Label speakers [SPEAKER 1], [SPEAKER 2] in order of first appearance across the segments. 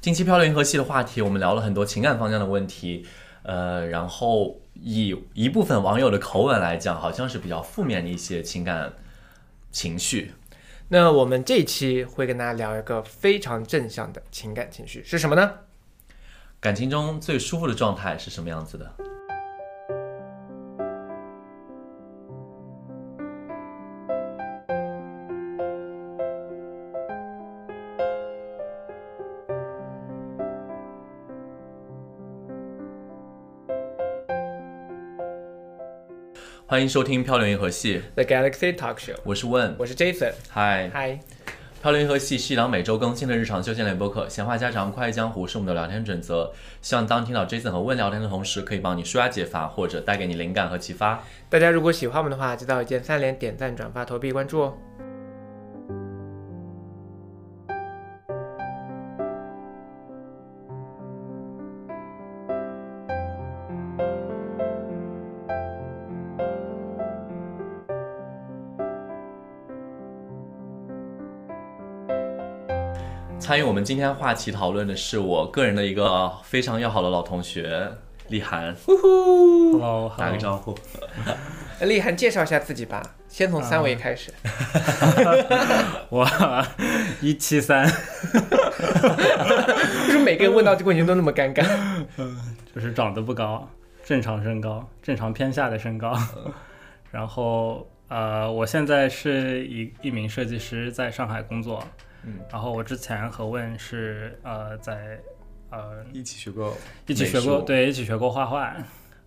[SPEAKER 1] 近期《漂流银河系》的话题，我们聊了很多情感方向的问题，呃，然后以一部分网友的口吻来讲，好像是比较负面的一些情感情绪。
[SPEAKER 2] 那我们这一期会跟大家聊一个非常正向的情感情绪是什么呢？
[SPEAKER 1] 感情中最舒服的状态是什么样子的？欢迎收听《漂流银河系》，
[SPEAKER 2] The Galaxy Talk Show，
[SPEAKER 1] 我是问，
[SPEAKER 2] 我是 Jason。
[SPEAKER 1] 嗨，
[SPEAKER 2] 嗨，
[SPEAKER 1] 漂流银河系是一档每周更新的日常休闲类播客，闲话家常、快意江湖是我们的聊天准则。希望当听到 Jason 和问聊天的同时，可以帮你舒压解乏，或者带给你灵感和启发。
[SPEAKER 2] 大家如果喜欢我们的话，记得一键三连、点赞、转发、投币、关注哦。
[SPEAKER 1] 参与我们今天话题讨论的是我个人的一个非常要好的老同学立涵，
[SPEAKER 2] 呼呼，
[SPEAKER 3] Hello，
[SPEAKER 1] 打个招呼。
[SPEAKER 2] 立涵介绍一下啊自己吧，先从三维开始。
[SPEAKER 1] 啊
[SPEAKER 3] 呼，我一七三，
[SPEAKER 2] 就是每个人问到这个问题都那么 尴尬。
[SPEAKER 3] 就是长得不高，正常身高，正常偏下的身高。
[SPEAKER 2] 嗯
[SPEAKER 3] 然后呃，我现在是一一名设计师，在上海工作。
[SPEAKER 1] 嗯，
[SPEAKER 3] 然后我之前和问是呃在呃
[SPEAKER 4] 一起学过，
[SPEAKER 3] 一起
[SPEAKER 1] 美
[SPEAKER 3] 学过，
[SPEAKER 1] 术
[SPEAKER 3] 对，一起学过画画，
[SPEAKER 1] 啊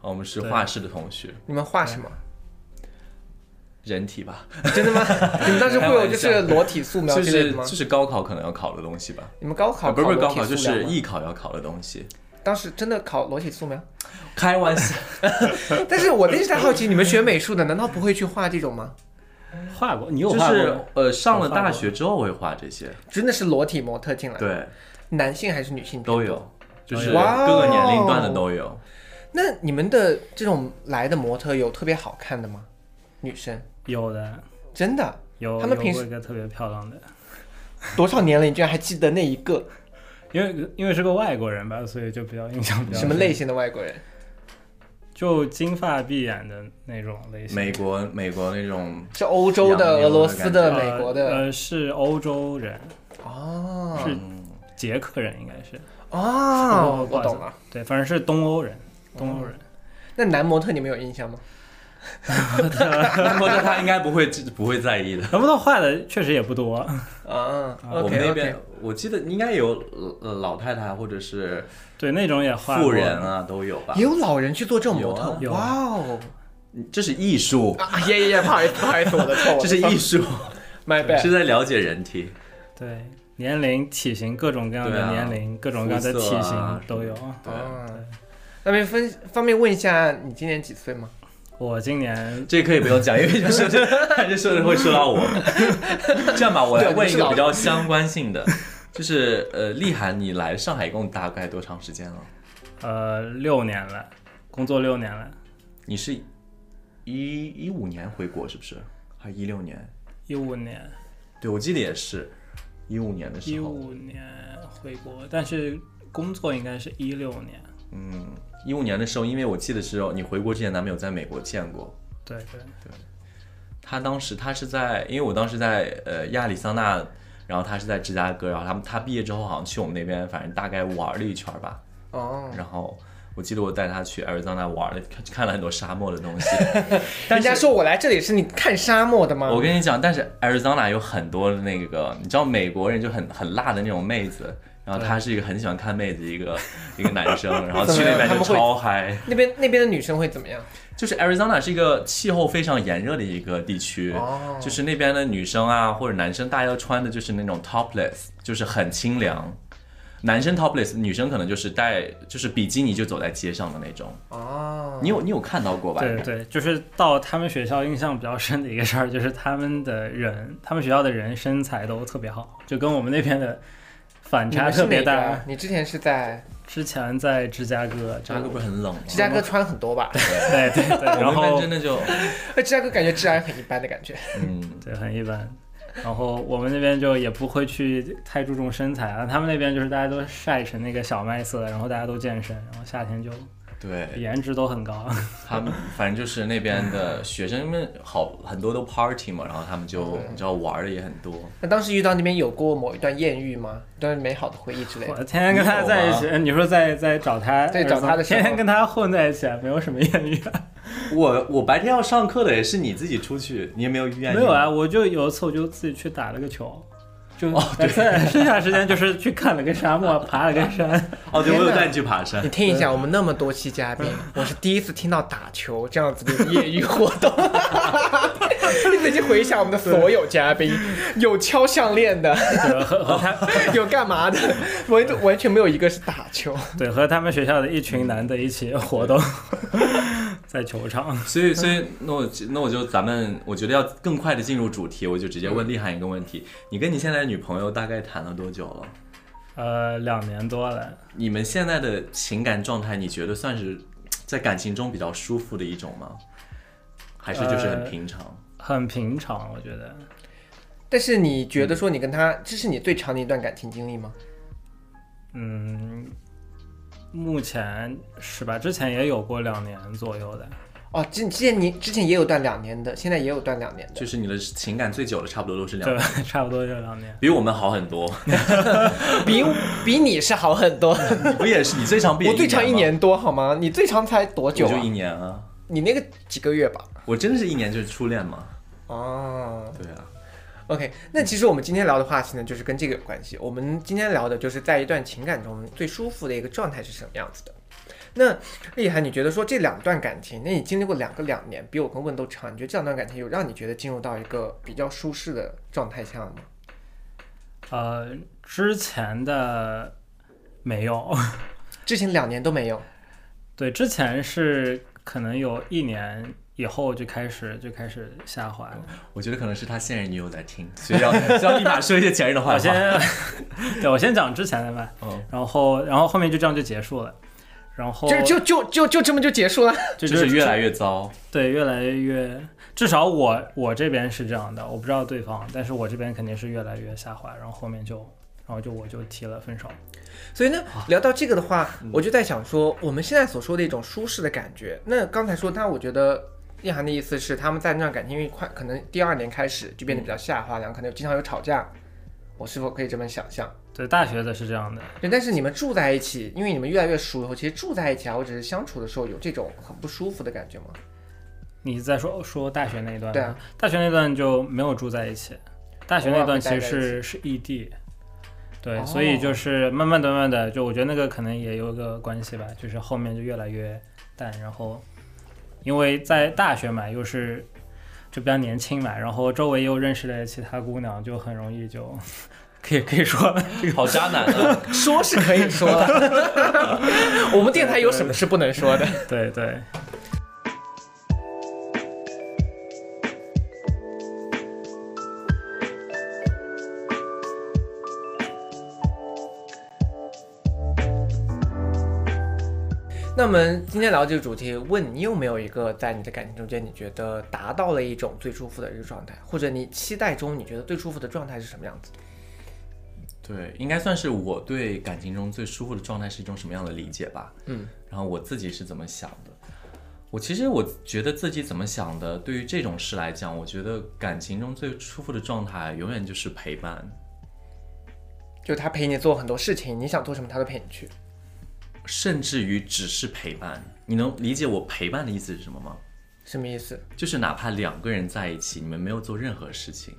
[SPEAKER 1] 我们是
[SPEAKER 3] 对
[SPEAKER 1] 画室的同学，
[SPEAKER 2] 你们画 什么？
[SPEAKER 1] 人体吧，
[SPEAKER 2] 真的吗？你们当时会有就
[SPEAKER 1] 开
[SPEAKER 2] 是裸体素描
[SPEAKER 1] 就
[SPEAKER 2] 之类
[SPEAKER 1] 是
[SPEAKER 2] 的吗
[SPEAKER 1] 哎就？是高考可能要考的东西吧，
[SPEAKER 2] 你们高考
[SPEAKER 1] 啊不是不是
[SPEAKER 2] 裸
[SPEAKER 1] 高
[SPEAKER 2] 体
[SPEAKER 1] 考，就
[SPEAKER 2] 素描
[SPEAKER 1] 是
[SPEAKER 2] 吗
[SPEAKER 1] 艺考要考的东西。
[SPEAKER 2] 当时真的考裸体素描。
[SPEAKER 1] 开玩笑，
[SPEAKER 2] 但是我一直在好奇，你们学美术的难道不会去画这种吗？嗯
[SPEAKER 3] 画过，你有
[SPEAKER 1] 就
[SPEAKER 3] 画过吗？
[SPEAKER 1] 是呃上
[SPEAKER 3] 我
[SPEAKER 1] 了
[SPEAKER 3] 画过
[SPEAKER 1] 大学之后会画这些，
[SPEAKER 2] 真的是裸体模特进来，
[SPEAKER 1] 对，
[SPEAKER 2] 男性还是女性？
[SPEAKER 1] 都有，就是
[SPEAKER 2] 哇哦
[SPEAKER 1] 各个年龄段的都有。
[SPEAKER 2] 那你们的这种来的模特有特别好看的吗？女生
[SPEAKER 3] 有的，
[SPEAKER 2] 真的
[SPEAKER 3] 有
[SPEAKER 2] 他们
[SPEAKER 3] 有
[SPEAKER 2] 平
[SPEAKER 3] 过
[SPEAKER 2] 时
[SPEAKER 3] 一个特别漂亮的，
[SPEAKER 2] 多少年了，你居然还记得那一个
[SPEAKER 3] 因为因为是个外国人吧，所以就比较印象比较
[SPEAKER 2] 什么类型的外国人？
[SPEAKER 3] 就金发碧眼的那种类型。
[SPEAKER 1] 美国美国那种
[SPEAKER 2] 是欧洲的、
[SPEAKER 1] 洋妞
[SPEAKER 2] 俄罗斯
[SPEAKER 1] 的
[SPEAKER 2] 的、
[SPEAKER 1] 嗯
[SPEAKER 2] 美国
[SPEAKER 3] 呃
[SPEAKER 2] 的？
[SPEAKER 3] 呃是欧洲人，
[SPEAKER 2] 哦
[SPEAKER 3] 是捷克人应该是，
[SPEAKER 2] 哦，
[SPEAKER 3] 不
[SPEAKER 2] 我
[SPEAKER 3] 好意思
[SPEAKER 2] 懂了。
[SPEAKER 3] 对，反正是东欧人，东欧人。
[SPEAKER 1] 哦
[SPEAKER 2] 那男模特你们有印象吗？
[SPEAKER 1] 或者他应该不会不会在意的。
[SPEAKER 3] 能不能画的确实也不多，
[SPEAKER 2] 啊
[SPEAKER 1] 我们
[SPEAKER 2] ，OK
[SPEAKER 1] 那
[SPEAKER 2] OK
[SPEAKER 1] 边。我记得应该有呃老太太或者是
[SPEAKER 3] 对那种也画过
[SPEAKER 1] 富人，啊都有吧
[SPEAKER 2] 也。有老人去做这种模特，
[SPEAKER 3] 有
[SPEAKER 2] 哇
[SPEAKER 3] 啊
[SPEAKER 2] 哦！
[SPEAKER 1] 这是艺术，
[SPEAKER 2] 啊，耶耶耶，不好意思，不好意思，我的错，我的
[SPEAKER 1] 这是
[SPEAKER 2] 错
[SPEAKER 1] 艺术，
[SPEAKER 2] ，my bad。
[SPEAKER 1] 是在了解人体。
[SPEAKER 3] 对年龄、体型各种各样
[SPEAKER 1] 对
[SPEAKER 3] 的
[SPEAKER 1] 啊
[SPEAKER 3] 年龄，各种各样的
[SPEAKER 1] 肤
[SPEAKER 3] 体
[SPEAKER 1] 色啊
[SPEAKER 3] 型都有。
[SPEAKER 1] 对
[SPEAKER 2] 啊，那边分方便问一下你今年几岁吗？
[SPEAKER 3] 我今年
[SPEAKER 1] 这可以不用讲，因为就是这说的会说到我。这样吧，我来问一个比较相关性的，就是呃，丽涵，你来上海一共大概多长时间了？
[SPEAKER 3] 呃六年了，工作六年了，
[SPEAKER 1] 你是一一五年回国是不是？还一六年？
[SPEAKER 3] 一五年
[SPEAKER 1] 对，我记得也是一五年的
[SPEAKER 3] 一
[SPEAKER 1] 时候。
[SPEAKER 3] 五年回国，但是工作应该是一六年。
[SPEAKER 1] 嗯，一五年的时候，因为我记得是哦你回国之前，咱们有在美国见过。
[SPEAKER 3] 对对，
[SPEAKER 1] 他当时他是在，因为我当时在呃亚利桑那，然后他是在芝加哥，然后他他毕业之后好像去我们那边，反正大概玩了一圈吧。
[SPEAKER 2] 哦，
[SPEAKER 3] 嗯
[SPEAKER 1] 然后我记得我带他去 Arizona 玩了，看看了很多沙漠的东西。但
[SPEAKER 2] 人
[SPEAKER 1] 是
[SPEAKER 2] 家说我来这里是你看沙漠的吗？
[SPEAKER 1] 我跟你讲，但是 Arizona 有很多的那个，你知道美国人就很很辣的那种妹 子，然后他是一个很喜欢看妹子一个 一个男生，然后去那边
[SPEAKER 2] 他
[SPEAKER 1] 就
[SPEAKER 2] 们会
[SPEAKER 1] 超嗨。
[SPEAKER 2] 那边那边的女生会怎么样？
[SPEAKER 1] 就是 Arizona 是一个气候非常炎热的一个地区，
[SPEAKER 2] 哦
[SPEAKER 1] 就是那边的女生啊或者男生，大家要穿的就是那种 topless，就是很清凉。男生 topless，女生可能就是带就是比基尼就走在街上的那种。
[SPEAKER 2] 哦，
[SPEAKER 1] 你有你有看到过吧？
[SPEAKER 3] 对对，就是到他们学校印象比较深的一个事儿，就是他们的人，他们学校的人身材都特别好，就跟我们那边的反
[SPEAKER 2] 你
[SPEAKER 3] 差
[SPEAKER 2] 们是
[SPEAKER 3] 特别
[SPEAKER 2] 哪个
[SPEAKER 3] 大。
[SPEAKER 2] 啊？你之前是在
[SPEAKER 3] 之前在芝加哥，
[SPEAKER 1] 芝加哥不是很冷吗？
[SPEAKER 2] 芝加哥穿很多吧？
[SPEAKER 3] 对 对对，
[SPEAKER 1] 我们
[SPEAKER 3] 然
[SPEAKER 1] 那边
[SPEAKER 3] 后
[SPEAKER 1] 真的就
[SPEAKER 2] 哎芝加哥感觉治安很一般的感觉。
[SPEAKER 1] 嗯，
[SPEAKER 3] 对很一般。然后我们那边就也不会去太注重身材啊，他们那边就是大家都晒成那个小麦色，然后大家都健身，然后夏天就
[SPEAKER 1] 对
[SPEAKER 3] 颜值都很高。
[SPEAKER 1] 他们，反正就是那边的学生们好很多都 party 嘛，然后他们就你知道玩的也很多。
[SPEAKER 2] 那当时遇到那边有过某一段艳遇吗？一段美好的回忆之类
[SPEAKER 3] 我
[SPEAKER 2] 的？
[SPEAKER 3] 天天跟他在一起，你说在在找他，
[SPEAKER 2] 对找他的时候
[SPEAKER 3] 天天跟他混在一起，啊没有什么艳遇、
[SPEAKER 1] 我我白天要上课的，也是你自己出去，你也没有遇见
[SPEAKER 3] 没有啊，我就有一次我就自己去打了个球，就、哦对，剩下时间就是去看了个沙漠，爬了个山。
[SPEAKER 1] 哦，对，
[SPEAKER 2] 天
[SPEAKER 1] 我有
[SPEAKER 2] 哪
[SPEAKER 1] 带你去爬山
[SPEAKER 2] 你。听一下，
[SPEAKER 3] 呃
[SPEAKER 2] 我们那么多期嘉宾，我是第一次听到打球这样子的业余活 动。你仔细回想我们的所有嘉宾，有敲项链的，
[SPEAKER 3] 对和和他
[SPEAKER 2] 有干嘛的，完完全没有一个是打球。
[SPEAKER 3] 对和他们学校的一群男的一起活动， 在球场。
[SPEAKER 1] 所以，所以那我那我就咱们，我觉得要更快的进入主题，我就直接问厉害一个问题：你跟你现在的女朋友大概谈了多久了？
[SPEAKER 3] 呃，两年多了，
[SPEAKER 1] 你们现在的情感状态，你觉得算是在感情中比较舒服的一种吗？还是就是
[SPEAKER 3] 呃
[SPEAKER 1] 很平常？
[SPEAKER 3] 很平常，我觉得。
[SPEAKER 2] 但是你觉得说你跟他，这是你最长的一段感情经历吗？
[SPEAKER 3] 嗯，目前是吧？之前也有过两年左右的，
[SPEAKER 2] 哦，之之前你之前也有段两年的，现在也有段两年的。
[SPEAKER 1] 就是你的情感最久的，差不多都是两
[SPEAKER 3] 对
[SPEAKER 1] 年，
[SPEAKER 3] 吧？ 差不多就两年。
[SPEAKER 1] 比我们好很多。
[SPEAKER 2] 比 比你是好很 多。
[SPEAKER 1] 你不也是？你最长不也
[SPEAKER 2] 我最长一
[SPEAKER 1] 吗，
[SPEAKER 2] 年多好吗？你最长才多
[SPEAKER 1] 我
[SPEAKER 2] 久、
[SPEAKER 1] 就
[SPEAKER 2] 啊
[SPEAKER 1] 一？年啊！
[SPEAKER 2] 你那个几个月吧？
[SPEAKER 1] 我真的是一年就是初恋嘛。
[SPEAKER 2] 哦
[SPEAKER 1] 对啊，
[SPEAKER 2] ，OK。那其实我们今天聊的话题呢，就是跟这个有关系。我们今天聊的就是在一段情感中最舒服的一个状态是什么样子的。那厉害，你觉得说这两段感情，那你经历过两个两年，比我跟问都长，你觉得这两段感情有让你觉得进入到一个比较舒适的状态下吗？
[SPEAKER 3] 呃，之前的没有。
[SPEAKER 2] 之前两年都没有。
[SPEAKER 3] 对，之前是可能有一年以后就开始就开始下滑了。
[SPEAKER 1] 我觉得可能是他现任女友在 听，所以要所以要立马说一些前任的坏
[SPEAKER 3] 我
[SPEAKER 1] 话。
[SPEAKER 3] 先， 对我先讲之前的吧，
[SPEAKER 1] 嗯，
[SPEAKER 3] 然后然后后面就这样就结束了，然后
[SPEAKER 2] 就就就就就这么就结束了。
[SPEAKER 3] 就
[SPEAKER 1] 就是越来
[SPEAKER 3] 越
[SPEAKER 1] 越糟。
[SPEAKER 3] 对越来越，至少我我这边是这样的，我不知道对方，但是我这边肯定是越来越下滑，然后后面就然后就我就提了分手。
[SPEAKER 2] 所以呢，聊到这个的话，我就在想说，我们现在所说的一种舒适的感觉，那刚才说，那我觉得叶涵的意思是，他们在那段感情，因为快可能第二年开始就变得比较下滑，然后可能经常有吵架。我是否可以这么想象？
[SPEAKER 3] 对，大学的是这样的，
[SPEAKER 2] 对，但是你们住在一起，因为你们越来越熟以后，其实住在一起啊，或者是相处的时候，有这种很不舒服的感觉吗？
[SPEAKER 3] 你在说说大学那一段吗，
[SPEAKER 2] 对啊
[SPEAKER 3] 大学那段就没有住在一起，大学那段其实是是异地，对，
[SPEAKER 2] 哦
[SPEAKER 3] 所以就是慢慢的、慢慢的，就我觉得那个可能也有个关系吧，就是后面就越来越淡，然后因为在大学嘛，又是就比较年轻嘛，然后周围又认识了其他姑娘，就很容易就 可以可以说
[SPEAKER 1] 好渣男啊！
[SPEAKER 2] 说是可以说的， 我们电台有什么是不能说的？
[SPEAKER 3] 对对，
[SPEAKER 2] 那我们今天聊这个主题，问你有没有一个在你的感情中间，你觉得达到了一种最舒服的一个状态，或者你期待中你觉得最舒服的状态是什么样子的？
[SPEAKER 1] 对，应该算是我对感情中最舒服的状态是一种什么样的理解吧。
[SPEAKER 2] 嗯，
[SPEAKER 1] 然后我自己是怎么想的？我其实我觉得自己怎么想的，对于这种事来讲，我觉得感情中最舒服的状态永远就是陪伴。
[SPEAKER 2] 就他陪你做很多事情，你想做什么他都陪你去。
[SPEAKER 1] 甚至于只是陪伴，你能理解我陪伴的意思是什么吗？
[SPEAKER 2] 什么意思？
[SPEAKER 1] 就是哪怕两个人在一起，你们没有做任何事情，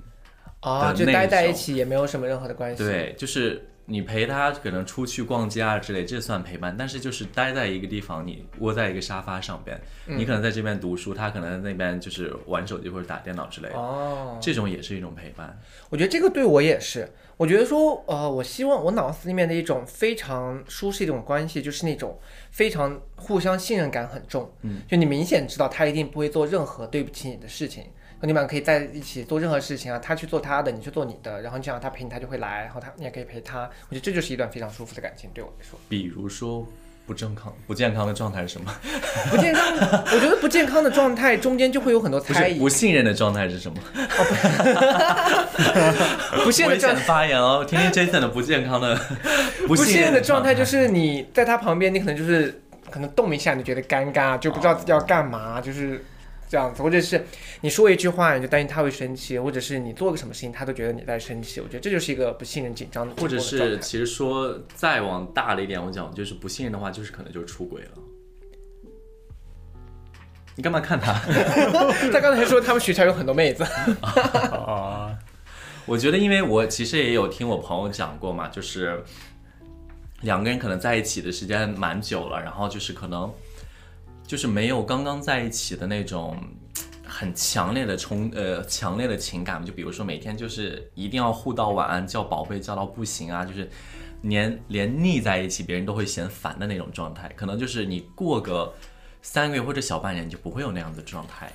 [SPEAKER 2] 哦，
[SPEAKER 1] 的
[SPEAKER 2] 就
[SPEAKER 1] 呃那
[SPEAKER 2] 待在
[SPEAKER 1] 种
[SPEAKER 2] 一起也没有什么任何的关系。，
[SPEAKER 1] 对，就是你陪他可能出去逛街啊之类，这算陪伴。但是就是待在一个地方，你窝在一个沙发上边，你可能在这边读书，他可能在那边就是玩手机或者打电脑之类的，
[SPEAKER 2] 哦，
[SPEAKER 1] 这种也是一种陪伴。
[SPEAKER 2] 我觉得这个对我也是。我觉得说，呃，我希望我脑子里面的一种非常舒适的一种关系，就是那种非常互相信任感很重。嗯，就你明显知道他一定不会做任何对不起你的事情，你们俩可以在一起做任何事情啊，他去做他的，你去做你的，然后你想让他陪你，他就会来，然后他你也可以陪他。我觉得这就是一段非常舒服的感情，对我来说。
[SPEAKER 1] 比如说，不正康、不健康的状态是什么？
[SPEAKER 2] 不健康， 我觉得不健康的状态中间就会有很多
[SPEAKER 1] 不
[SPEAKER 2] 猜
[SPEAKER 1] 是
[SPEAKER 2] 疑，
[SPEAKER 1] 不信任的状态是什么？
[SPEAKER 2] 哦不 信任
[SPEAKER 1] 危
[SPEAKER 2] 的状
[SPEAKER 1] 险
[SPEAKER 2] 态。
[SPEAKER 1] 发言哦，听听 Jason 的不健康 的不
[SPEAKER 2] 不信任
[SPEAKER 1] 任
[SPEAKER 2] 的
[SPEAKER 1] 状
[SPEAKER 2] 状态就是你在他旁边，你可能就是可能动一下，你觉得尴尬，就不知道要干嘛，就是这样子，或者是你说一句话，你就担心他会生气，或者是你做个什么事情，他都觉得你在生气。我觉得这就是一个不信任、紧张的，
[SPEAKER 1] 或者是
[SPEAKER 2] 紧迫的状态
[SPEAKER 1] 其实说再往大了一点，我讲就是不信任的话，就是可能就是出轨了。你干嘛看他？
[SPEAKER 2] 他刚才说他们学校有很多妹子，
[SPEAKER 3] 哦，
[SPEAKER 1] 我觉得，因为我其实也有听我朋友讲过嘛，就是两个人可能在一起的时间蛮久了，然后就是可能就是没有刚刚在一起的那种很强烈的冲呃强烈的情感，就比如说每天就是一定要互道晚安，叫宝贝叫到不行啊，就是连连腻在一起别人都会嫌烦的那种状态，可能就是你过个三个月或者小半年你就不会有那样的状态。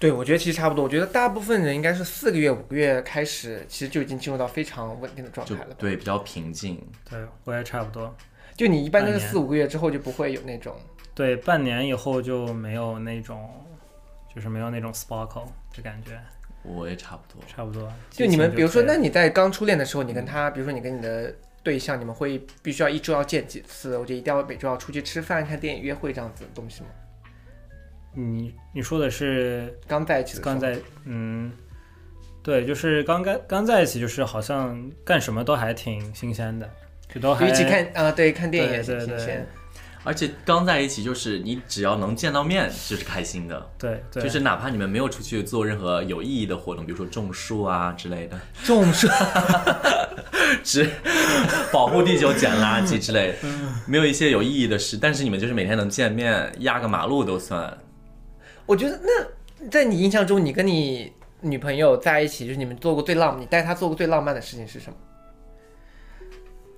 [SPEAKER 2] 对我觉得其实差不多。我觉得大部分人应该是四个月、五个月开始，其实就已经进入到非常稳定的状
[SPEAKER 1] 就
[SPEAKER 2] 态了吧。
[SPEAKER 1] 对，比较平静，
[SPEAKER 3] 对，我也差不多。
[SPEAKER 2] 就你一般都是
[SPEAKER 3] 半年
[SPEAKER 2] 四五个月之后就不会有那种。
[SPEAKER 3] 对，半年以后就没有那种，就是没有那种 sparkle 的感觉，
[SPEAKER 1] 我也差不多。
[SPEAKER 3] 差不多。
[SPEAKER 2] 就你们，比如说，
[SPEAKER 3] 激
[SPEAKER 2] 那
[SPEAKER 3] 情
[SPEAKER 2] 你在刚初恋的时候，你跟
[SPEAKER 3] 嗯
[SPEAKER 2] 他，比如说你跟你的对象，你们会必须要一周要见几次？我觉得一定要每周要出去吃饭、看电影、约会这样子的东西吗？
[SPEAKER 3] 就你你说的是
[SPEAKER 2] 刚在一起的时候，
[SPEAKER 3] 刚在嗯，对，就是刚刚刚在一起，就是好像干什么都还挺新鲜的，就都还
[SPEAKER 2] 一起看啊、对，看电影也
[SPEAKER 3] 对
[SPEAKER 2] 是
[SPEAKER 3] 对
[SPEAKER 2] 新
[SPEAKER 3] 对
[SPEAKER 2] 鲜。
[SPEAKER 1] 而且刚在一起，就是你只要能见到面，就是开心的。
[SPEAKER 3] 对对，
[SPEAKER 1] 就是哪怕你们没有出去做任何有意义的活动，比如说种树啊之类的，
[SPEAKER 2] 重视
[SPEAKER 1] 只保护地球、捡垃圾之类的，
[SPEAKER 3] 嗯
[SPEAKER 1] 没有一些有意义的事，但是你们就是每天能见面，压个马路都算。
[SPEAKER 2] 我觉得那在你印象中，你跟你女朋友在一起，就是你们做过最浪，你带她做过最浪漫的事情是什么？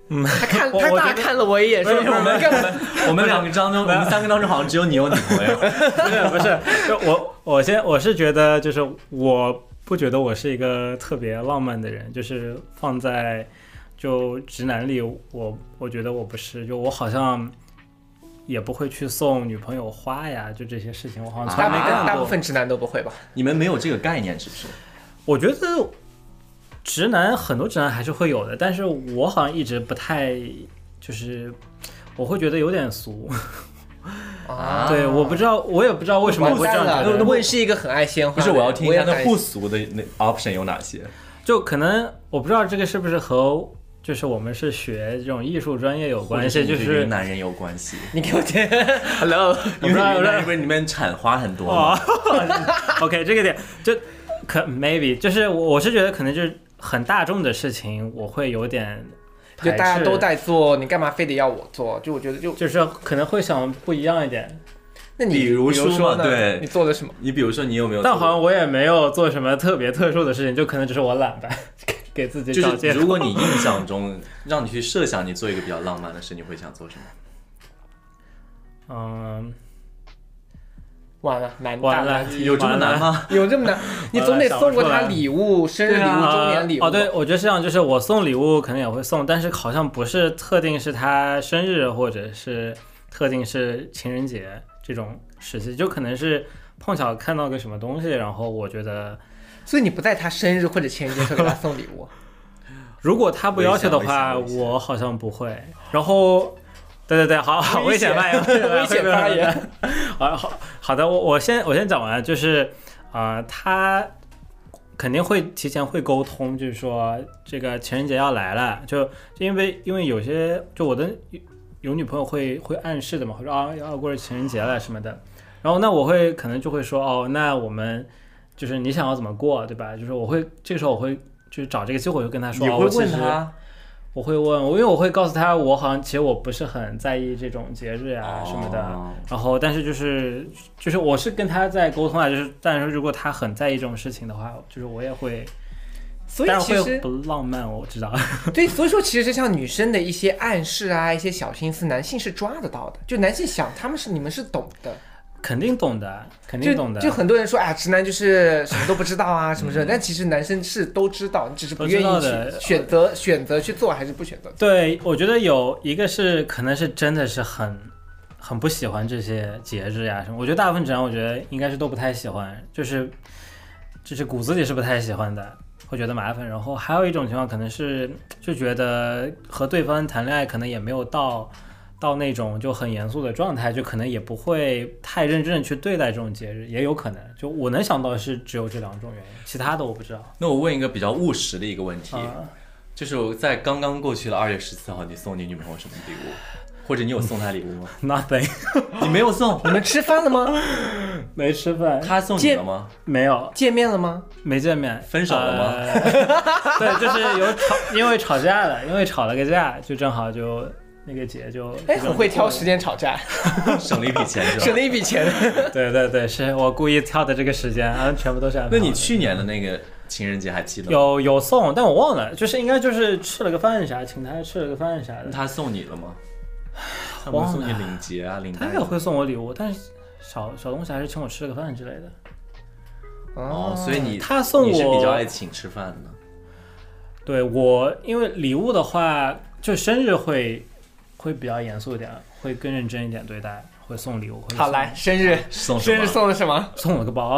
[SPEAKER 3] 嗯
[SPEAKER 2] 他看
[SPEAKER 3] 我
[SPEAKER 2] 他
[SPEAKER 3] 我
[SPEAKER 2] 大
[SPEAKER 3] 觉得
[SPEAKER 2] 看了我一眼，说
[SPEAKER 3] 没有
[SPEAKER 2] 我们干嘛？
[SPEAKER 1] 我们两个当中，我们三个当中好像只有你有女朋 友。
[SPEAKER 3] 不是不是，就我我先我是觉得就是我不觉得我是一个特别浪漫的人，就是放在就直男里，我我觉得我不是，就我好像也不会去送女朋友花呀，就这些事情我好像从
[SPEAKER 2] 大
[SPEAKER 3] 来
[SPEAKER 2] 部
[SPEAKER 3] 没
[SPEAKER 1] 啊
[SPEAKER 2] 分大
[SPEAKER 3] 干
[SPEAKER 2] 部
[SPEAKER 3] 过。
[SPEAKER 2] 分直男都不会吧？
[SPEAKER 1] 你们没有这个概念是不是？
[SPEAKER 3] 我觉得直男很多直男还是会有的，但是我好像一直不太就是。我会觉得有点俗，
[SPEAKER 1] 啊
[SPEAKER 3] 对，我不知道，我也不知道为什么我
[SPEAKER 2] 完
[SPEAKER 3] 会这
[SPEAKER 2] 蛋
[SPEAKER 3] 样觉
[SPEAKER 2] 了
[SPEAKER 3] 得。，
[SPEAKER 2] 我也是一个很爱鲜花
[SPEAKER 1] 不
[SPEAKER 2] 的
[SPEAKER 1] 是，
[SPEAKER 2] 人，
[SPEAKER 1] 我要听一
[SPEAKER 2] 也
[SPEAKER 1] 下那
[SPEAKER 2] 很爱
[SPEAKER 1] 不俗的那 option 有哪些？
[SPEAKER 3] 就可能我不知道这个是不是和就是我们是学这种艺术专业有关系，就
[SPEAKER 1] 或者你对
[SPEAKER 3] 是
[SPEAKER 1] 云南人有关系。
[SPEAKER 2] 你给我接 ，Hello，
[SPEAKER 1] 因为云南人不是你们产花很多吗
[SPEAKER 3] 哦 ，OK 这个点就可 maybe 就是我我是觉得可能就是很大众的事情，我会有点
[SPEAKER 2] 就
[SPEAKER 3] 排斥
[SPEAKER 2] 大家都，在做，你干嘛非得要我做？就我觉得就，
[SPEAKER 3] 就是可能会想不一样一点，
[SPEAKER 2] 那你
[SPEAKER 1] 比如说嘛
[SPEAKER 2] 呢？
[SPEAKER 1] 对
[SPEAKER 2] 你做了什么？
[SPEAKER 1] 你比如说，你有没有做过？
[SPEAKER 3] 但好像我也没有做什么特别特殊的事情，就可能只是我懒吧， 给自己
[SPEAKER 1] 就
[SPEAKER 3] 找
[SPEAKER 1] 是
[SPEAKER 3] 借口。
[SPEAKER 1] 如果你印象中让你去设想你做一个比较浪漫的事，你会想做什么？
[SPEAKER 3] 嗯，
[SPEAKER 2] 完了，难
[SPEAKER 3] 完了
[SPEAKER 2] 难题
[SPEAKER 1] 有这么难吗？
[SPEAKER 2] 有这么 难？你总得送过他礼物，生日礼物、周
[SPEAKER 3] 啊
[SPEAKER 2] 年礼物。
[SPEAKER 3] 哦，对，，我觉得是这样，就是我送礼物可能也会送，但是好像不是特定是他生日或者是特定是情人节这种时期，就可能是碰巧看到个什么东西，然后我觉得
[SPEAKER 2] 所以你不在他生日或者情人节的时候给他送礼 物，
[SPEAKER 3] 如果他不要求的话，
[SPEAKER 1] 危险危险危险
[SPEAKER 3] 我好像不会。然后，对对对，好好
[SPEAKER 2] 危
[SPEAKER 3] 危
[SPEAKER 2] 险
[SPEAKER 3] 险发言，
[SPEAKER 2] 危险发言。
[SPEAKER 3] 好好好的，我我先我先讲完，就是啊、呃他肯定会提前会沟通，就是说这个情人节要来了，就就因为因为有些就我的有有女朋友会会暗示的嘛，会说啊要过情人节了什么的，然后那我会可能就会说哦，那我们就是你想要怎么过，对吧？就是我会这个时候我会就是找这个机会我就跟他说，
[SPEAKER 1] 你
[SPEAKER 3] 哦
[SPEAKER 1] 会
[SPEAKER 3] 我其
[SPEAKER 1] 问
[SPEAKER 3] 实
[SPEAKER 1] 他，
[SPEAKER 3] 我会问，我因为我会告诉他，我好像其实我不是很在意这种节日啊
[SPEAKER 1] 哦
[SPEAKER 3] 什么的。然后，但是就是就是我是跟他在沟通啊，就是但是如果他很在意这种事情的话，就是我也会，
[SPEAKER 2] 所以
[SPEAKER 3] 但
[SPEAKER 2] 其
[SPEAKER 3] 是会
[SPEAKER 2] 实
[SPEAKER 3] 不浪漫，我知道。
[SPEAKER 2] 对，所以说其实像女生的一些暗示啊，一些小心思，男性是抓得到的。就男性想，他们是你们是懂的，
[SPEAKER 3] 肯定懂的，肯定
[SPEAKER 2] 就
[SPEAKER 3] 懂的，
[SPEAKER 2] 就很多人说啊，直男就是什么都不知道啊，什么什么，但其实男生是都知道，你只是不
[SPEAKER 3] 都
[SPEAKER 2] 愿
[SPEAKER 3] 知道
[SPEAKER 2] 意
[SPEAKER 3] 的
[SPEAKER 2] 去选择选择去做，还是不选择。
[SPEAKER 3] 对，我觉得有一个是可能是真的是很很不喜欢这些节日呀、什么。我觉得大部分直男，我觉得应该是都不太喜欢，就是就是骨子里是不太喜欢的，会觉得麻烦。然后还有一种情况可能是就觉得和对方谈恋爱可能也没有到到那种就很严肃的状态，就可能也不会太认真的去对待这种节日，也有可能。就我能想到是只有这两种原因，其他的我不知 道。
[SPEAKER 1] 那我问一个比较务实的一个问题，
[SPEAKER 3] 啊
[SPEAKER 1] 就是我在刚刚过去的二月十四号，你送你女朋友什么礼物？或者你有送她礼物吗？
[SPEAKER 3] Nothing，
[SPEAKER 1] 你没有送，
[SPEAKER 2] 你们吃饭了吗？
[SPEAKER 3] 没吃饭，
[SPEAKER 1] 她送你了吗？
[SPEAKER 3] 没有，
[SPEAKER 2] 见面了吗？
[SPEAKER 3] 没见面，
[SPEAKER 1] 分手了吗
[SPEAKER 3] 呃对，就是有吵， 因为吵架了，因为吵了个架，就正好就那个姐就
[SPEAKER 2] 哎，很会挑时，间吵架，
[SPEAKER 1] 省了一笔钱是吧？
[SPEAKER 2] 省了一笔钱。
[SPEAKER 3] 对对对，是我故意挑的这个时间，啊，全部都是安排好
[SPEAKER 1] 那
[SPEAKER 3] 的。
[SPEAKER 1] 你去年的那个情人节还记得吗？
[SPEAKER 3] 有有送，但我忘了，就是应该就是吃了个饭啥，请他吃了个饭啥的，
[SPEAKER 1] 他送你了吗？他们送你领结啊，领
[SPEAKER 3] 他
[SPEAKER 1] 带啊。
[SPEAKER 3] 也会送我礼物，但是小小东西还是请我吃了个饭之类的。
[SPEAKER 1] 哦，所以你
[SPEAKER 3] 他送
[SPEAKER 1] 你是
[SPEAKER 3] 我
[SPEAKER 1] 比较爱请吃饭的。
[SPEAKER 3] 对我，因为礼物的话，就生日会会比较严肃一点，会更认真一点对待，会送礼物。会
[SPEAKER 2] 好，
[SPEAKER 3] 送
[SPEAKER 2] 来生日，
[SPEAKER 1] 送什
[SPEAKER 2] 生
[SPEAKER 1] 么啊
[SPEAKER 2] 日送了什么？
[SPEAKER 3] 送我个包。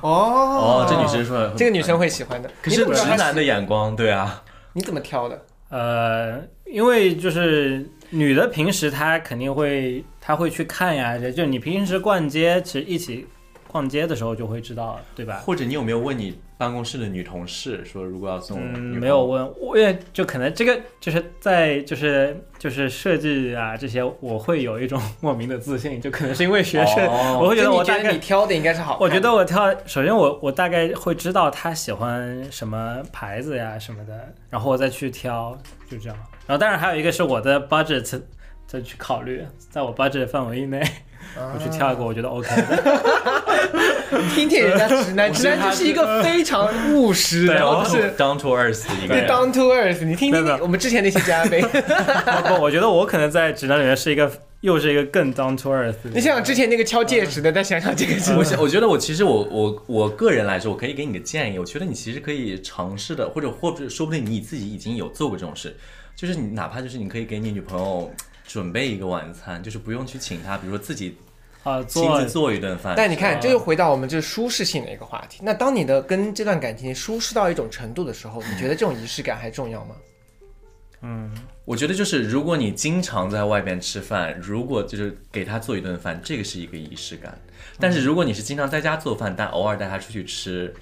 [SPEAKER 2] 哦
[SPEAKER 1] 哦，这女生说
[SPEAKER 2] 这个女生会喜欢的。
[SPEAKER 1] 可
[SPEAKER 2] 你
[SPEAKER 1] 是
[SPEAKER 2] 怎么知道
[SPEAKER 1] 直
[SPEAKER 2] 她
[SPEAKER 1] 男的眼光，对啊，
[SPEAKER 2] 你怎么挑的？
[SPEAKER 3] 呃，因为就是女的平时她肯定会，她会去看呀，就你平时逛街，其实一起逛街的时候就会知道，对吧？
[SPEAKER 1] 或者你有没有问你办公室的女同事说，如果要送女朋友哦
[SPEAKER 3] 嗯，没有问，我也就可能这个就是在就是就是设计啊这些，我会有一种 莫名的自信，就可能是因为学生，
[SPEAKER 1] 哦
[SPEAKER 3] 我会觉得
[SPEAKER 2] 就
[SPEAKER 3] 我
[SPEAKER 2] 你
[SPEAKER 3] 大
[SPEAKER 2] 觉得
[SPEAKER 3] 概
[SPEAKER 2] 你挑的应该是好看的。
[SPEAKER 3] 我觉得我挑，首先我我大概会知道他喜欢什么牌子呀什么的，然后我再去挑，就这样。然后当然还有一个是我的 budget 再去考虑，在我 budget 范围以内， 我去挑一个我觉得 OK 的。
[SPEAKER 2] 听听人家直男，直男就是一个非常务实，
[SPEAKER 1] 对
[SPEAKER 2] 然
[SPEAKER 1] 啊
[SPEAKER 2] 后就是
[SPEAKER 1] 当 to earth 一个
[SPEAKER 2] 对
[SPEAKER 1] 人，
[SPEAKER 2] down to earth。你听
[SPEAKER 3] 对
[SPEAKER 2] 听
[SPEAKER 3] 的
[SPEAKER 2] 你我们之前那些嘉宾，
[SPEAKER 3] 不不，我觉得我可能在直男里面是一个又是一个更 down to earth 的。
[SPEAKER 2] 你想想之前那个敲戒指的，再想想这个是
[SPEAKER 1] 我想，我觉得我其实我我我个人来说，我可以给你个建议。我觉得你其实可以尝试的，或者或者说不定你自己已经有做过这种事，就是你哪怕就是你可以给你女朋友准备一个晚餐，就是不用去请她，比如说自己
[SPEAKER 3] 啊
[SPEAKER 1] 亲
[SPEAKER 3] 做
[SPEAKER 1] 自做一顿饭。
[SPEAKER 2] 但你看，这又回到我们这舒适性的一个话题。那当你的跟这段感情舒适到一种程度的时候，你觉得这种仪式感还重要吗？
[SPEAKER 3] 嗯
[SPEAKER 1] 我觉得就是如果你经常在外边吃饭，如果就是给她做一顿饭，这个是一个仪式感。但是如果你是经常在家做饭，但偶尔带她出去吃。